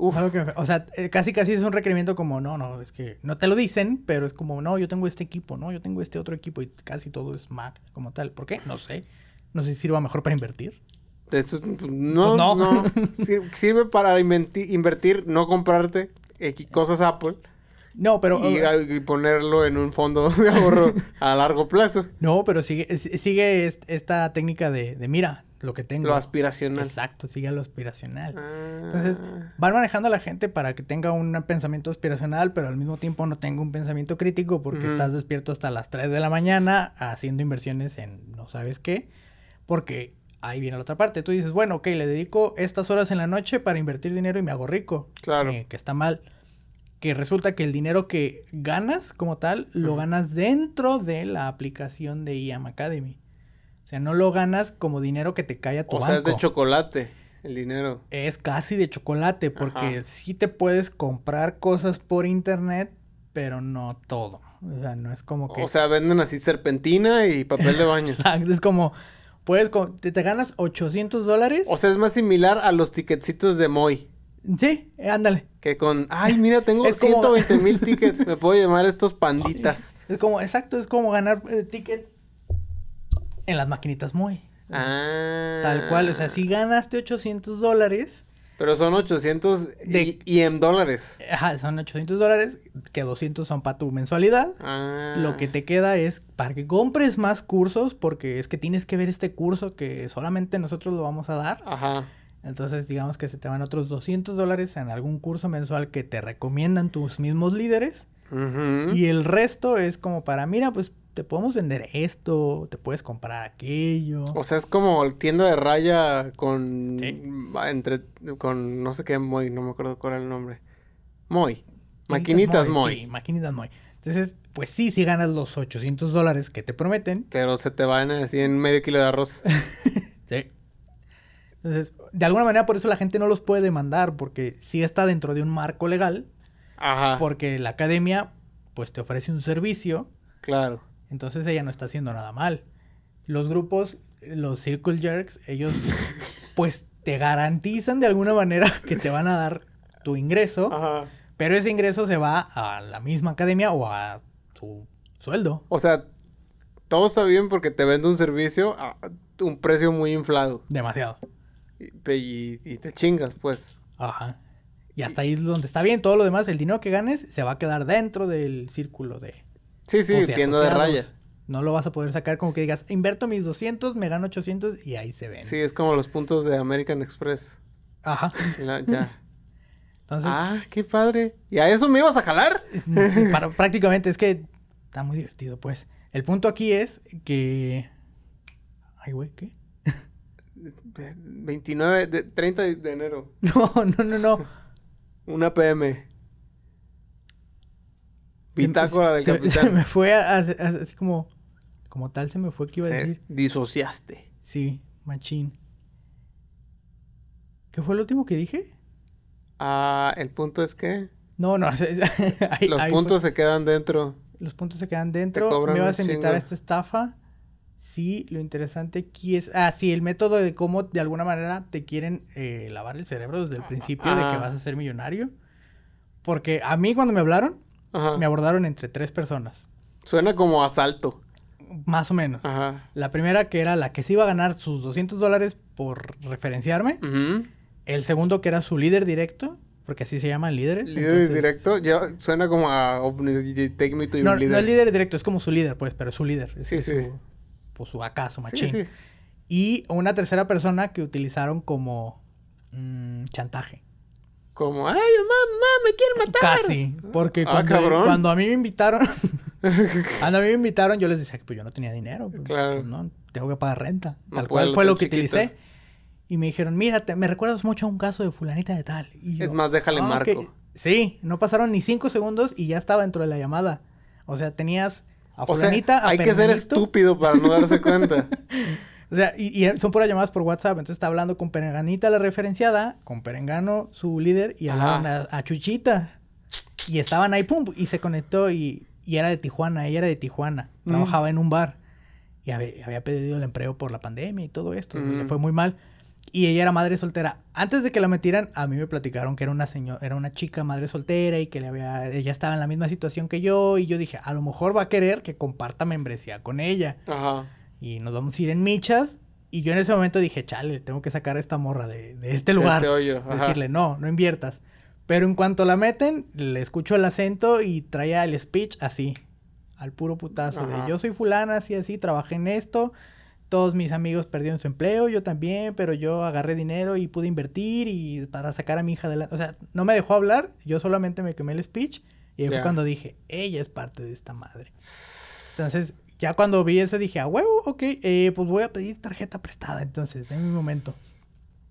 Speaker 1: Uf,
Speaker 2: Algo que me- o sea, eh, casi casi es un requerimiento como, no, no, es que no te lo dicen, pero es como, no, yo tengo este equipo, no, yo tengo este otro equipo y casi todo es Mac como tal. ¿Por qué? No sé. No sé si sirva mejor para invertir.
Speaker 1: esto es- pues, no,
Speaker 2: no.
Speaker 1: no. Sir- Sirve para inventi- invertir, no comprarte equi- cosas Apple
Speaker 2: No, pero...
Speaker 1: y,
Speaker 2: eh,
Speaker 1: a- y ponerlo en un fondo (laughs) de ahorro a largo plazo.
Speaker 2: no, pero sigue, es- sigue est- esta técnica de, de, mira lo que tengo.
Speaker 1: Lo aspiracional.
Speaker 2: Exacto, sigue a lo aspiracional.
Speaker 1: Ah,
Speaker 2: Entonces, van manejando a la gente para que tenga un pensamiento aspiracional, pero al mismo tiempo no tenga un pensamiento crítico porque
Speaker 1: Ujú.
Speaker 2: estás despierto hasta las 3 de la mañana haciendo inversiones en no sabes qué, porque ahí viene la otra parte. Tú dices, bueno, ok, le dedico estas horas en la noche para invertir dinero y me hago rico.
Speaker 1: Claro.
Speaker 2: Eh, que está mal. Que resulta que el dinero que ganas como tal, lo
Speaker 1: Ujú.
Speaker 2: ganas dentro de la aplicación de IAM Academy. O sea, no lo ganas como dinero que te cae a tu
Speaker 1: o
Speaker 2: banco
Speaker 1: sea, es de chocolate el dinero.
Speaker 2: es casi de chocolate, porque
Speaker 1: Ajá.
Speaker 2: sí te puedes comprar cosas por internet, pero no todo. O sea, no es como que...
Speaker 1: O sea, venden así serpentina y papel de baño.
Speaker 2: (laughs) Exacto, es como, puedes, co- te, te ganas 800 dólares.
Speaker 1: O sea, es más similar a los tiquetcitos de Moy.
Speaker 2: sí, eh, ándale.
Speaker 1: Que con, ay, mira, tengo
Speaker 2: (laughs) Es como-
Speaker 1: 120 mil tickets. Me puedo llamar estos panditas.
Speaker 2: Es como, exacto, es como ganar eh, tickets en las maquinitas muy.
Speaker 1: Ah.
Speaker 2: Tal cual, o sea, si ganaste 800 dólares,
Speaker 1: Pero son 800
Speaker 2: De-
Speaker 1: de... IEM dólares.
Speaker 2: eh, ajá, son 800 dólares, que 200 son para tu mensualidad.
Speaker 1: Ah.
Speaker 2: Lo que te queda es para que compres más cursos, porque es que tienes que ver este curso que solamente nosotros lo vamos a dar.
Speaker 1: Ajá.
Speaker 2: Entonces, digamos que se te van otros 200 dólares en algún curso mensual que te recomiendan tus mismos líderes.
Speaker 1: Ujú.
Speaker 2: Y el resto es como para, mira, pues te podemos vender esto, te puedes comprar aquello.
Speaker 1: O sea, es como el tienda de raya con...
Speaker 2: Sí.
Speaker 1: Entre... Con no sé qué Moy, no me acuerdo cuál era el nombre. Moy. Maquinitas Moy.
Speaker 2: Sí, maquinitas Moy. Entonces, Entonces, pues sí, sí ganas los 800 dólares que te prometen.
Speaker 1: Pero se te van así en medio kilo de
Speaker 2: (laughs)
Speaker 1: arroz.
Speaker 2: Sí. Entonces, de alguna manera por eso la gente no los puede demandar, porque sí está dentro de un marco legal,
Speaker 1: Ajá.
Speaker 2: porque la academia pues te ofrece un servicio,
Speaker 1: Claro.
Speaker 2: entonces ella no está haciendo nada mal. Los grupos, los Circle Jerks, ellos pues te garantizan de alguna manera (laughs) que te van a dar tu ingreso,
Speaker 1: Ajá.
Speaker 2: pero ese ingreso se va a la misma academia o a tu sueldo.
Speaker 1: O sea, todo está bien porque te vende un servicio a un precio muy inflado.
Speaker 2: Demasiado.
Speaker 1: Y, pe- y- y te chingas, pues.
Speaker 2: Ajá. Y hasta ahí es donde está bien, todo lo demás, el dinero que ganes se va a quedar dentro del círculo de...
Speaker 1: Sí, sí,
Speaker 2: pues, de
Speaker 1: tienda de
Speaker 2: asociados.
Speaker 1: rayas.
Speaker 2: No lo vas a poder sacar como que digas, inverto mis 200, me gano 800 y ahí se ven.
Speaker 1: Sí, es como los puntos de American Express.
Speaker 2: Ajá.
Speaker 1: La- ya.
Speaker 2: (laughs) Entonces,
Speaker 1: ah, qué padre. ¿Y a eso me ibas a jalar?
Speaker 2: es- eh, para- prácticamente es que está muy divertido, pues. El punto aquí es que... Ay, güey, ¿qué? (laughs)
Speaker 1: 29, de, 30 de- de enero.
Speaker 2: No, no, no, no.
Speaker 1: Una PM. Bitácora del
Speaker 2: pues, Se- se- Se
Speaker 1: capitán.
Speaker 2: me fue a- a- a- así como... Como tal se me fue que iba a
Speaker 1: Te
Speaker 2: decir.
Speaker 1: Eh, disociaste.
Speaker 2: Sí, machín. ¿Qué fue lo último que dije?
Speaker 1: Ah, el punto es que
Speaker 2: No, (laughs) no. ahí-
Speaker 1: los
Speaker 2: ahí fue.
Speaker 1: puntos se quedan dentro.
Speaker 2: Los puntos se quedan dentro.
Speaker 1: cobran
Speaker 2: Me
Speaker 1: un
Speaker 2: vas a invitar
Speaker 1: chingo.
Speaker 2: a esta estafa. Sí, lo interesante aquí es. Ah, sí, el método de cómo de alguna manera te quieren eh, lavar el cerebro desde el principio de que
Speaker 1: Ah.
Speaker 2: vas a ser millonario. Porque a mí, cuando me hablaron,
Speaker 1: Ajá.
Speaker 2: me abordaron entre tres personas.
Speaker 1: Suena como asalto.
Speaker 2: Más o menos.
Speaker 1: Ajá.
Speaker 2: La primera que era la que se iba a ganar sus 200 dólares por referenciarme.
Speaker 1: Ujú.
Speaker 2: El segundo que era su líder directo. Porque así se llaman líderes.
Speaker 1: Líder
Speaker 2: entonces-
Speaker 1: directo, ya suena como a Omni- Take Me to Your
Speaker 2: No,
Speaker 1: Leader.
Speaker 2: no es líder directo, es como su líder, pues, pero es su líder. Es
Speaker 1: Sí,
Speaker 2: es
Speaker 1: sí.
Speaker 2: Su, pues su acá, su
Speaker 1: Sí,
Speaker 2: machín.
Speaker 1: sí.
Speaker 2: Y una tercera persona que utilizaron como mm, chantaje.
Speaker 1: Como, ay, mamá, me quieren matar.
Speaker 2: Casi. Porque
Speaker 1: Ah,
Speaker 2: cuando,
Speaker 1: cabrón.
Speaker 2: cuando a mí me invitaron,
Speaker 1: (laughs)
Speaker 2: cuando a mí me invitaron, yo les decía que pues yo no tenía dinero. pues,
Speaker 1: Claro.
Speaker 2: No, tengo que pagar renta.
Speaker 1: No
Speaker 2: Tal
Speaker 1: puedo,
Speaker 2: cual
Speaker 1: lo
Speaker 2: fue lo
Speaker 1: tengo
Speaker 2: que
Speaker 1: chiquito.
Speaker 2: utilicé. Y me dijeron, mira, te- me recuerdas mucho a un caso de fulanita de tal. Y yo,
Speaker 1: Es más, déjale
Speaker 2: "Ah, ok".
Speaker 1: marco.
Speaker 2: Sí, no pasaron ni cinco segundos y ya estaba dentro de la llamada. O sea, tenías a
Speaker 1: O sea,
Speaker 2: fulanita, a
Speaker 1: hay que ser
Speaker 2: Perenganito.
Speaker 1: estúpido para no
Speaker 2: (laughs)
Speaker 1: darse cuenta.
Speaker 2: O sea, y, y son puras llamadas por WhatsApp. Entonces está hablando con Perenganita, la referenciada, con Perengano, su líder, y
Speaker 1: Ajá.
Speaker 2: hablaban a, a Chuchita. Y estaban ahí, pum, y se conectó y, y era de Tijuana, ella era de Tijuana.
Speaker 1: Mm.
Speaker 2: Trabajaba en un bar. Y habe- había pedido el empleo por la pandemia y todo esto. y Le
Speaker 1: Mm.
Speaker 2: fue muy mal. Y ella era madre soltera. Antes de que la metieran, a mí me platicaron que era una señora, era una chica madre soltera y que le había, ella estaba en la misma situación que yo. Y yo dije, a lo mejor va a querer que comparta membresía con ella
Speaker 1: Ajá.
Speaker 2: y nos vamos a ir en michas. Y yo en ese momento dije, chale, tengo que sacar a esta morra de, de este lugar.
Speaker 1: Este hoyo, ajá.
Speaker 2: Decirle, no, no inviertas. Pero en cuanto la meten, le escucho el acento y traía el speech así, al puro putazo. de,
Speaker 1: Ajá.
Speaker 2: yo soy fulana, así, así, trabajé en esto. Todos mis amigos perdieron su empleo, yo también, pero yo agarré dinero y pude invertir y para sacar a mi hija adelante. O sea, no me dejó hablar, yo solamente me quemé el speech. Y ahí fue
Speaker 1: Ya.
Speaker 2: cuando dije, ella es parte de esta madre. Entonces, ya cuando vi eso dije, a huevo, ok, eh, pues voy a pedir tarjeta prestada. Entonces, en mi momento.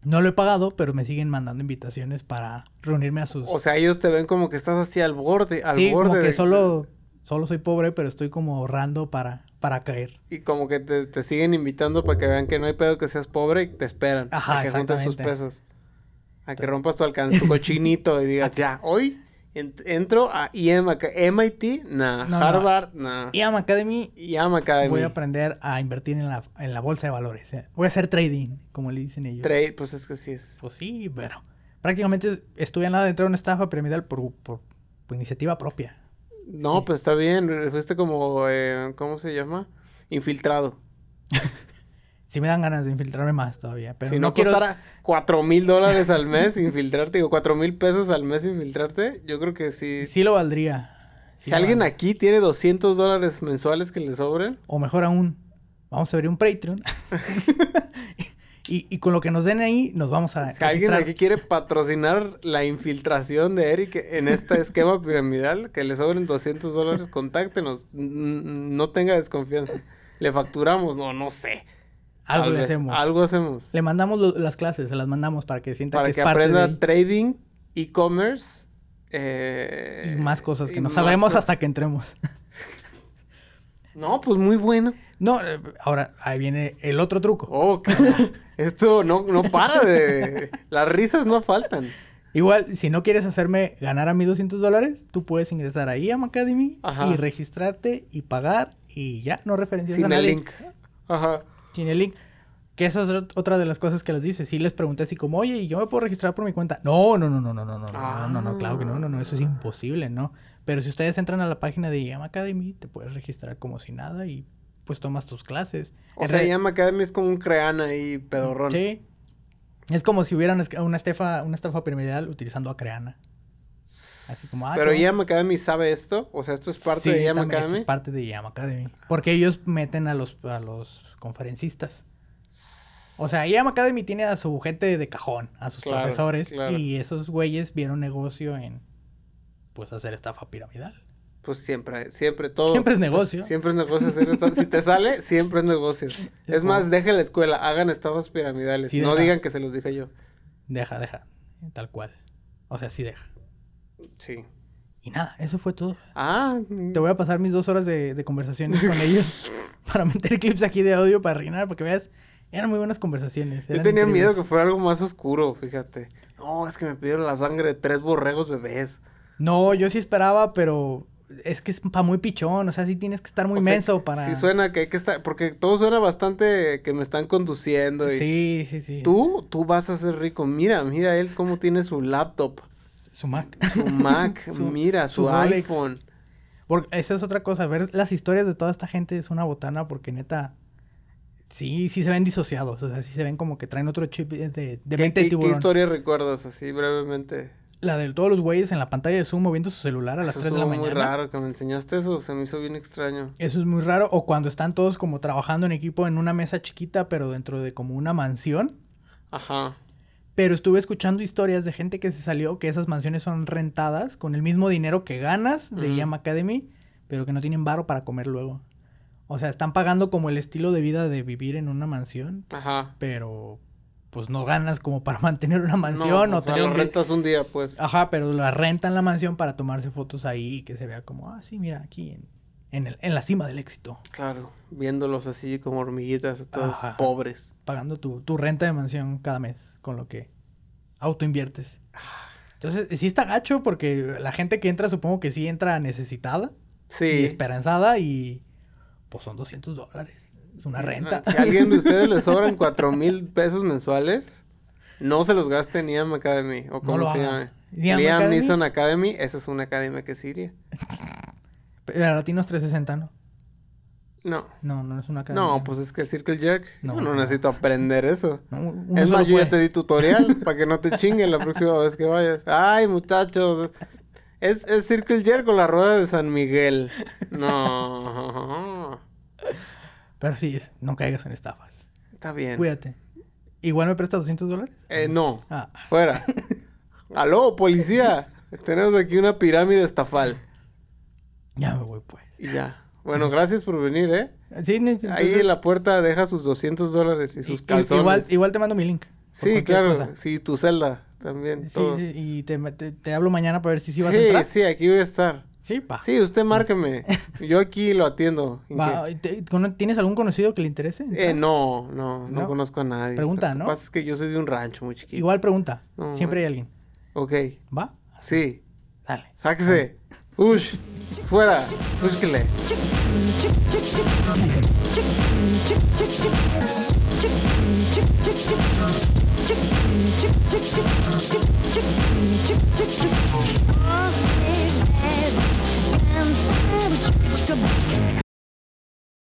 Speaker 2: No lo he pagado, pero me siguen mandando invitaciones para reunirme a sus...
Speaker 1: O sea, ellos te ven como que estás así al borde, al
Speaker 2: sí,
Speaker 1: borde.
Speaker 2: como que
Speaker 1: de-
Speaker 2: solo, solo soy pobre, pero estoy como ahorrando para, para caer.
Speaker 1: Y como que te, te siguen invitando para que vean que no hay pedo que seas pobre y te esperan.
Speaker 2: Ajá,
Speaker 1: a que juntes tus
Speaker 2: exactamente.
Speaker 1: pesos. A que rompas tu alcance,
Speaker 2: (laughs)
Speaker 1: tu cochinito y digas, ya, hoy en- entro a IM, acá- MIT, nah,
Speaker 2: No, no.
Speaker 1: Harvard, nah.
Speaker 2: Y Am Academy
Speaker 1: IAM Academy.
Speaker 2: voy a aprender a invertir en la, en la bolsa de valores. eh. Voy a hacer trading, como le dicen ellos.
Speaker 1: Trade, pues es que sí es.
Speaker 2: Pues sí, pero prácticamente estuve a nada de entrar a una estafa piramidal por, por- por iniciativa propia.
Speaker 1: No,
Speaker 2: Sí.
Speaker 1: pues está bien. Fuiste como, eh, ¿cómo se llama? Infiltrado.
Speaker 2: Sí me dan ganas de infiltrarme más todavía, pero
Speaker 1: si
Speaker 2: no,
Speaker 1: no,
Speaker 2: quiero...
Speaker 1: costara cuatro mil dólares al mes (laughs) infiltrarte, digo, cuatro mil pesos al mes infiltrarte, yo creo que sí.
Speaker 2: Sí lo valdría. Sí
Speaker 1: si
Speaker 2: lo
Speaker 1: alguien
Speaker 2: valdría.
Speaker 1: aquí tiene 200 dólares mensuales que le sobren,
Speaker 2: O mejor aún, vamos a abrir un
Speaker 1: (laughs)
Speaker 2: Patreon. y, y con lo que nos den ahí, nos vamos a
Speaker 1: si alguien
Speaker 2: registrar.
Speaker 1: aquí quiere patrocinar la infiltración de Eric en este esquema piramidal, que le sobren 200 dólares, contáctenos. N- n- No tenga desconfianza. Le facturamos, no, no sé.
Speaker 2: Algo
Speaker 1: Tal
Speaker 2: le
Speaker 1: vez,
Speaker 2: hacemos.
Speaker 1: Algo hacemos.
Speaker 2: Le mandamos lo- las clases, se las mandamos para que sienta
Speaker 1: para
Speaker 2: que,
Speaker 1: que
Speaker 2: es parte de
Speaker 1: aprenda
Speaker 2: ahí.
Speaker 1: trading, e-commerce Eh,
Speaker 2: y más cosas que
Speaker 1: y
Speaker 2: no
Speaker 1: más
Speaker 2: sabremos
Speaker 1: cosas.
Speaker 2: hasta que entremos. (laughs)
Speaker 1: No, pues muy bueno.
Speaker 2: No, eh, ahora ahí viene el otro truco.
Speaker 1: Oh,
Speaker 2: (laughs)
Speaker 1: cabrón. Esto no, no para de... Las risas no faltan.
Speaker 2: Igual, si no quieres hacerme ganar a mí 200 dólares, tú puedes ingresar ahí a Macademy
Speaker 1: Ajá.
Speaker 2: y registrarte y pagar y ya, no referencias a
Speaker 1: Sin el
Speaker 2: nadie.
Speaker 1: link. Ajá.
Speaker 2: Sin el link. Que esa es otra- otra de las cosas que les dice. Sí les pregunté así como, oye, ¿y yo me puedo registrar por mi cuenta? No, no, no, no, no, no, no, no, no, no, claro que no, no, no, eso
Speaker 1: Ah.
Speaker 2: es imposible, ¿no? Pero si ustedes entran a la página de IAM Academy, te puedes registrar como si nada y pues tomas tus clases.
Speaker 1: O
Speaker 2: En
Speaker 1: sea,
Speaker 2: real-
Speaker 1: Yam Academy es como un creana ahí pedorrón.
Speaker 2: Sí. Es como si hubieran esca- una estafa, una estafa piramidal utilizando a Creana. Así como, ah,
Speaker 1: Pero
Speaker 2: te-
Speaker 1: Yam Academy sabe esto. O sea, esto es parte
Speaker 2: Sí,
Speaker 1: de Yam
Speaker 2: también, esto
Speaker 1: Academy.
Speaker 2: es parte de IAM Academy. Porque ellos meten a los, a los conferencistas. O sea, IAM Academy tiene a su gente de cajón, a sus
Speaker 1: Claro,
Speaker 2: profesores.
Speaker 1: claro.
Speaker 2: Y esos güeyes vieron negocio en, pues, hacer estafa piramidal.
Speaker 1: Pues siempre, siempre todo.
Speaker 2: Siempre es negocio.
Speaker 1: Oh, pues, Siempre es negocio hacer esto. Si te sale, siempre es negocio. Es más, dejen la escuela, hagan estafas piramidales.
Speaker 2: Sí,
Speaker 1: no
Speaker 2: deja.
Speaker 1: digan que se los dije yo.
Speaker 2: Deja, deja. Tal cual. O sea, sí deja.
Speaker 1: Sí.
Speaker 2: Y nada, eso fue todo.
Speaker 1: Ah,
Speaker 2: Te voy a pasar mis dos horas de, de conversaciones
Speaker 1: (laughs)
Speaker 2: con ellos para meter clips aquí de audio para reinar, porque veas, eran muy buenas conversaciones.
Speaker 1: yo
Speaker 2: eran
Speaker 1: tenía miedo que
Speaker 2: increíbles.
Speaker 1: fuera algo más oscuro, fíjate. No, es que me pidieron la sangre de tres borregos bebés.
Speaker 2: No, yo sí esperaba, pero es que es para muy pichón, o sea, sí tienes que estar muy
Speaker 1: O sea,
Speaker 2: menso para...
Speaker 1: Sí suena que hay que estar, porque todo suena bastante que me están conduciendo y...
Speaker 2: Sí, sí, sí.
Speaker 1: Tú, tú vas a ser rico. Mira, mira él cómo tiene su laptop,
Speaker 2: Su Mac. (laughs)
Speaker 1: su Mac,
Speaker 2: Su-
Speaker 1: mira,
Speaker 2: su
Speaker 1: su,
Speaker 2: Rolex.
Speaker 1: iPhone.
Speaker 2: Porque esa es otra cosa, ver las historias de toda esta gente es una botana porque neta... Sí, sí se ven disociados, o sea, sí se ven como que traen otro chip de, de de mente
Speaker 1: ¿Qué,
Speaker 2: de
Speaker 1: qué
Speaker 2: tiburón.
Speaker 1: historia recuerdas así brevemente?
Speaker 2: La de todos los güeyes en la pantalla de Zoom moviendo su celular a las
Speaker 1: Eso
Speaker 2: 3 de la
Speaker 1: estuvo
Speaker 2: mañana.
Speaker 1: muy raro que me enseñaste eso, se me hizo bien extraño.
Speaker 2: Eso es muy raro. O cuando están todos como trabajando en equipo en una mesa chiquita, pero dentro de como una mansión.
Speaker 1: Ajá.
Speaker 2: Pero estuve escuchando historias de gente que se salió, que esas mansiones son rentadas con el mismo dinero que ganas de
Speaker 1: Ujú.
Speaker 2: IAM Academy, pero que no tienen varo para comer luego. O sea, están pagando como el estilo de vida de vivir en una mansión,
Speaker 1: Ajá.
Speaker 2: pero pues no ganas como para (laughs) mantener una mansión Ah.
Speaker 1: No,
Speaker 2: o
Speaker 1: o sea,
Speaker 2: tener
Speaker 1: lo
Speaker 2: un...
Speaker 1: rentas un día, pues.
Speaker 2: Ajá, pero la rentan la mansión para tomarse fotos ahí y que se vea como, ah, sí, mira, aquí en, en el- en la cima del éxito.
Speaker 1: Claro, viéndolos así como hormiguitas, todos
Speaker 2: Ajá.
Speaker 1: pobres.
Speaker 2: pagando tu, tu renta de mansión cada mes con lo que autoinviertes. Entonces, sí está gacho porque la gente que entra supongo que sí entra necesitada y
Speaker 1: Sí.
Speaker 2: esperanzada y pues son 200 dólares. Es una renta.
Speaker 1: Si a
Speaker 2: (laughs)
Speaker 1: alguien de ustedes le sobran cuatro mil pesos mensuales, no se los gaste en IAM Academy o como
Speaker 2: lo
Speaker 1: se
Speaker 2: hagan.
Speaker 1: llame.
Speaker 2: IAM
Speaker 1: Liam,
Speaker 2: Academy.
Speaker 1: Neeson Academy, esa es una academia que sí iría.
Speaker 2: Pero a Latinos 360, ¿no?
Speaker 1: No.
Speaker 2: No, no es una academia.
Speaker 1: No, pues es que Circle Jerk.
Speaker 2: No,
Speaker 1: No, no,
Speaker 2: no.
Speaker 1: necesito aprender eso.
Speaker 2: No, uno
Speaker 1: Es
Speaker 2: solo
Speaker 1: más, yo ya
Speaker 2: puede.
Speaker 1: te di
Speaker 2: (laughs)
Speaker 1: tutorial para que no te chinguen la próxima vez que vayas. Ay, muchachos. Es, es Circle Jerk con la rueda de San Miguel. No. (laughs)
Speaker 2: Pero sí, es- no caigas en estafas.
Speaker 1: Está bien.
Speaker 2: Cuídate. Igual me prestas 200 dólares.
Speaker 1: Eh, no.
Speaker 2: Ah,
Speaker 1: Fuera. (laughs) Aló, policía. Tenemos aquí una pirámide estafal.
Speaker 2: ya me voy pues.
Speaker 1: Y ya. Bueno, gracias por venir, ¿eh?
Speaker 2: Sí, ne-
Speaker 1: Ahí
Speaker 2: entonces-
Speaker 1: en la puerta deja sus 200 dólares y
Speaker 2: i-
Speaker 1: sus
Speaker 2: i-
Speaker 1: calzones.
Speaker 2: Igual, igual te mando mi link. por
Speaker 1: sí,
Speaker 2: cualquier
Speaker 1: claro.
Speaker 2: cosa.
Speaker 1: Sí, tu celda también.
Speaker 2: Sí,
Speaker 1: todo.
Speaker 2: sí, y te, te- te hablo mañana para ver si sí vas a
Speaker 1: sí,
Speaker 2: entrar.
Speaker 1: sí, aquí voy a estar.
Speaker 2: Sí, pa.
Speaker 1: Sí, usted
Speaker 2: (laughs)
Speaker 1: márqueme. Yo aquí lo atiendo.
Speaker 2: Va, ¿te- cono- ¿Tienes algún conocido que le interese?
Speaker 1: Eh,
Speaker 2: entrar?
Speaker 1: no, no, no,
Speaker 2: ¿No?
Speaker 1: conozco a nadie.
Speaker 2: Pregunta,
Speaker 1: Lo que
Speaker 2: ¿no?
Speaker 1: pasa es que yo soy de un rancho muy chiquito.
Speaker 2: Igual pregunta.
Speaker 1: No,
Speaker 2: Siempre hay alguien.
Speaker 1: Ok,
Speaker 2: ¿Va?
Speaker 1: sí.
Speaker 2: Dale.
Speaker 1: Sáquese. Ush. Fuera. Búsquele.
Speaker 3: chick, chick, chick, chick.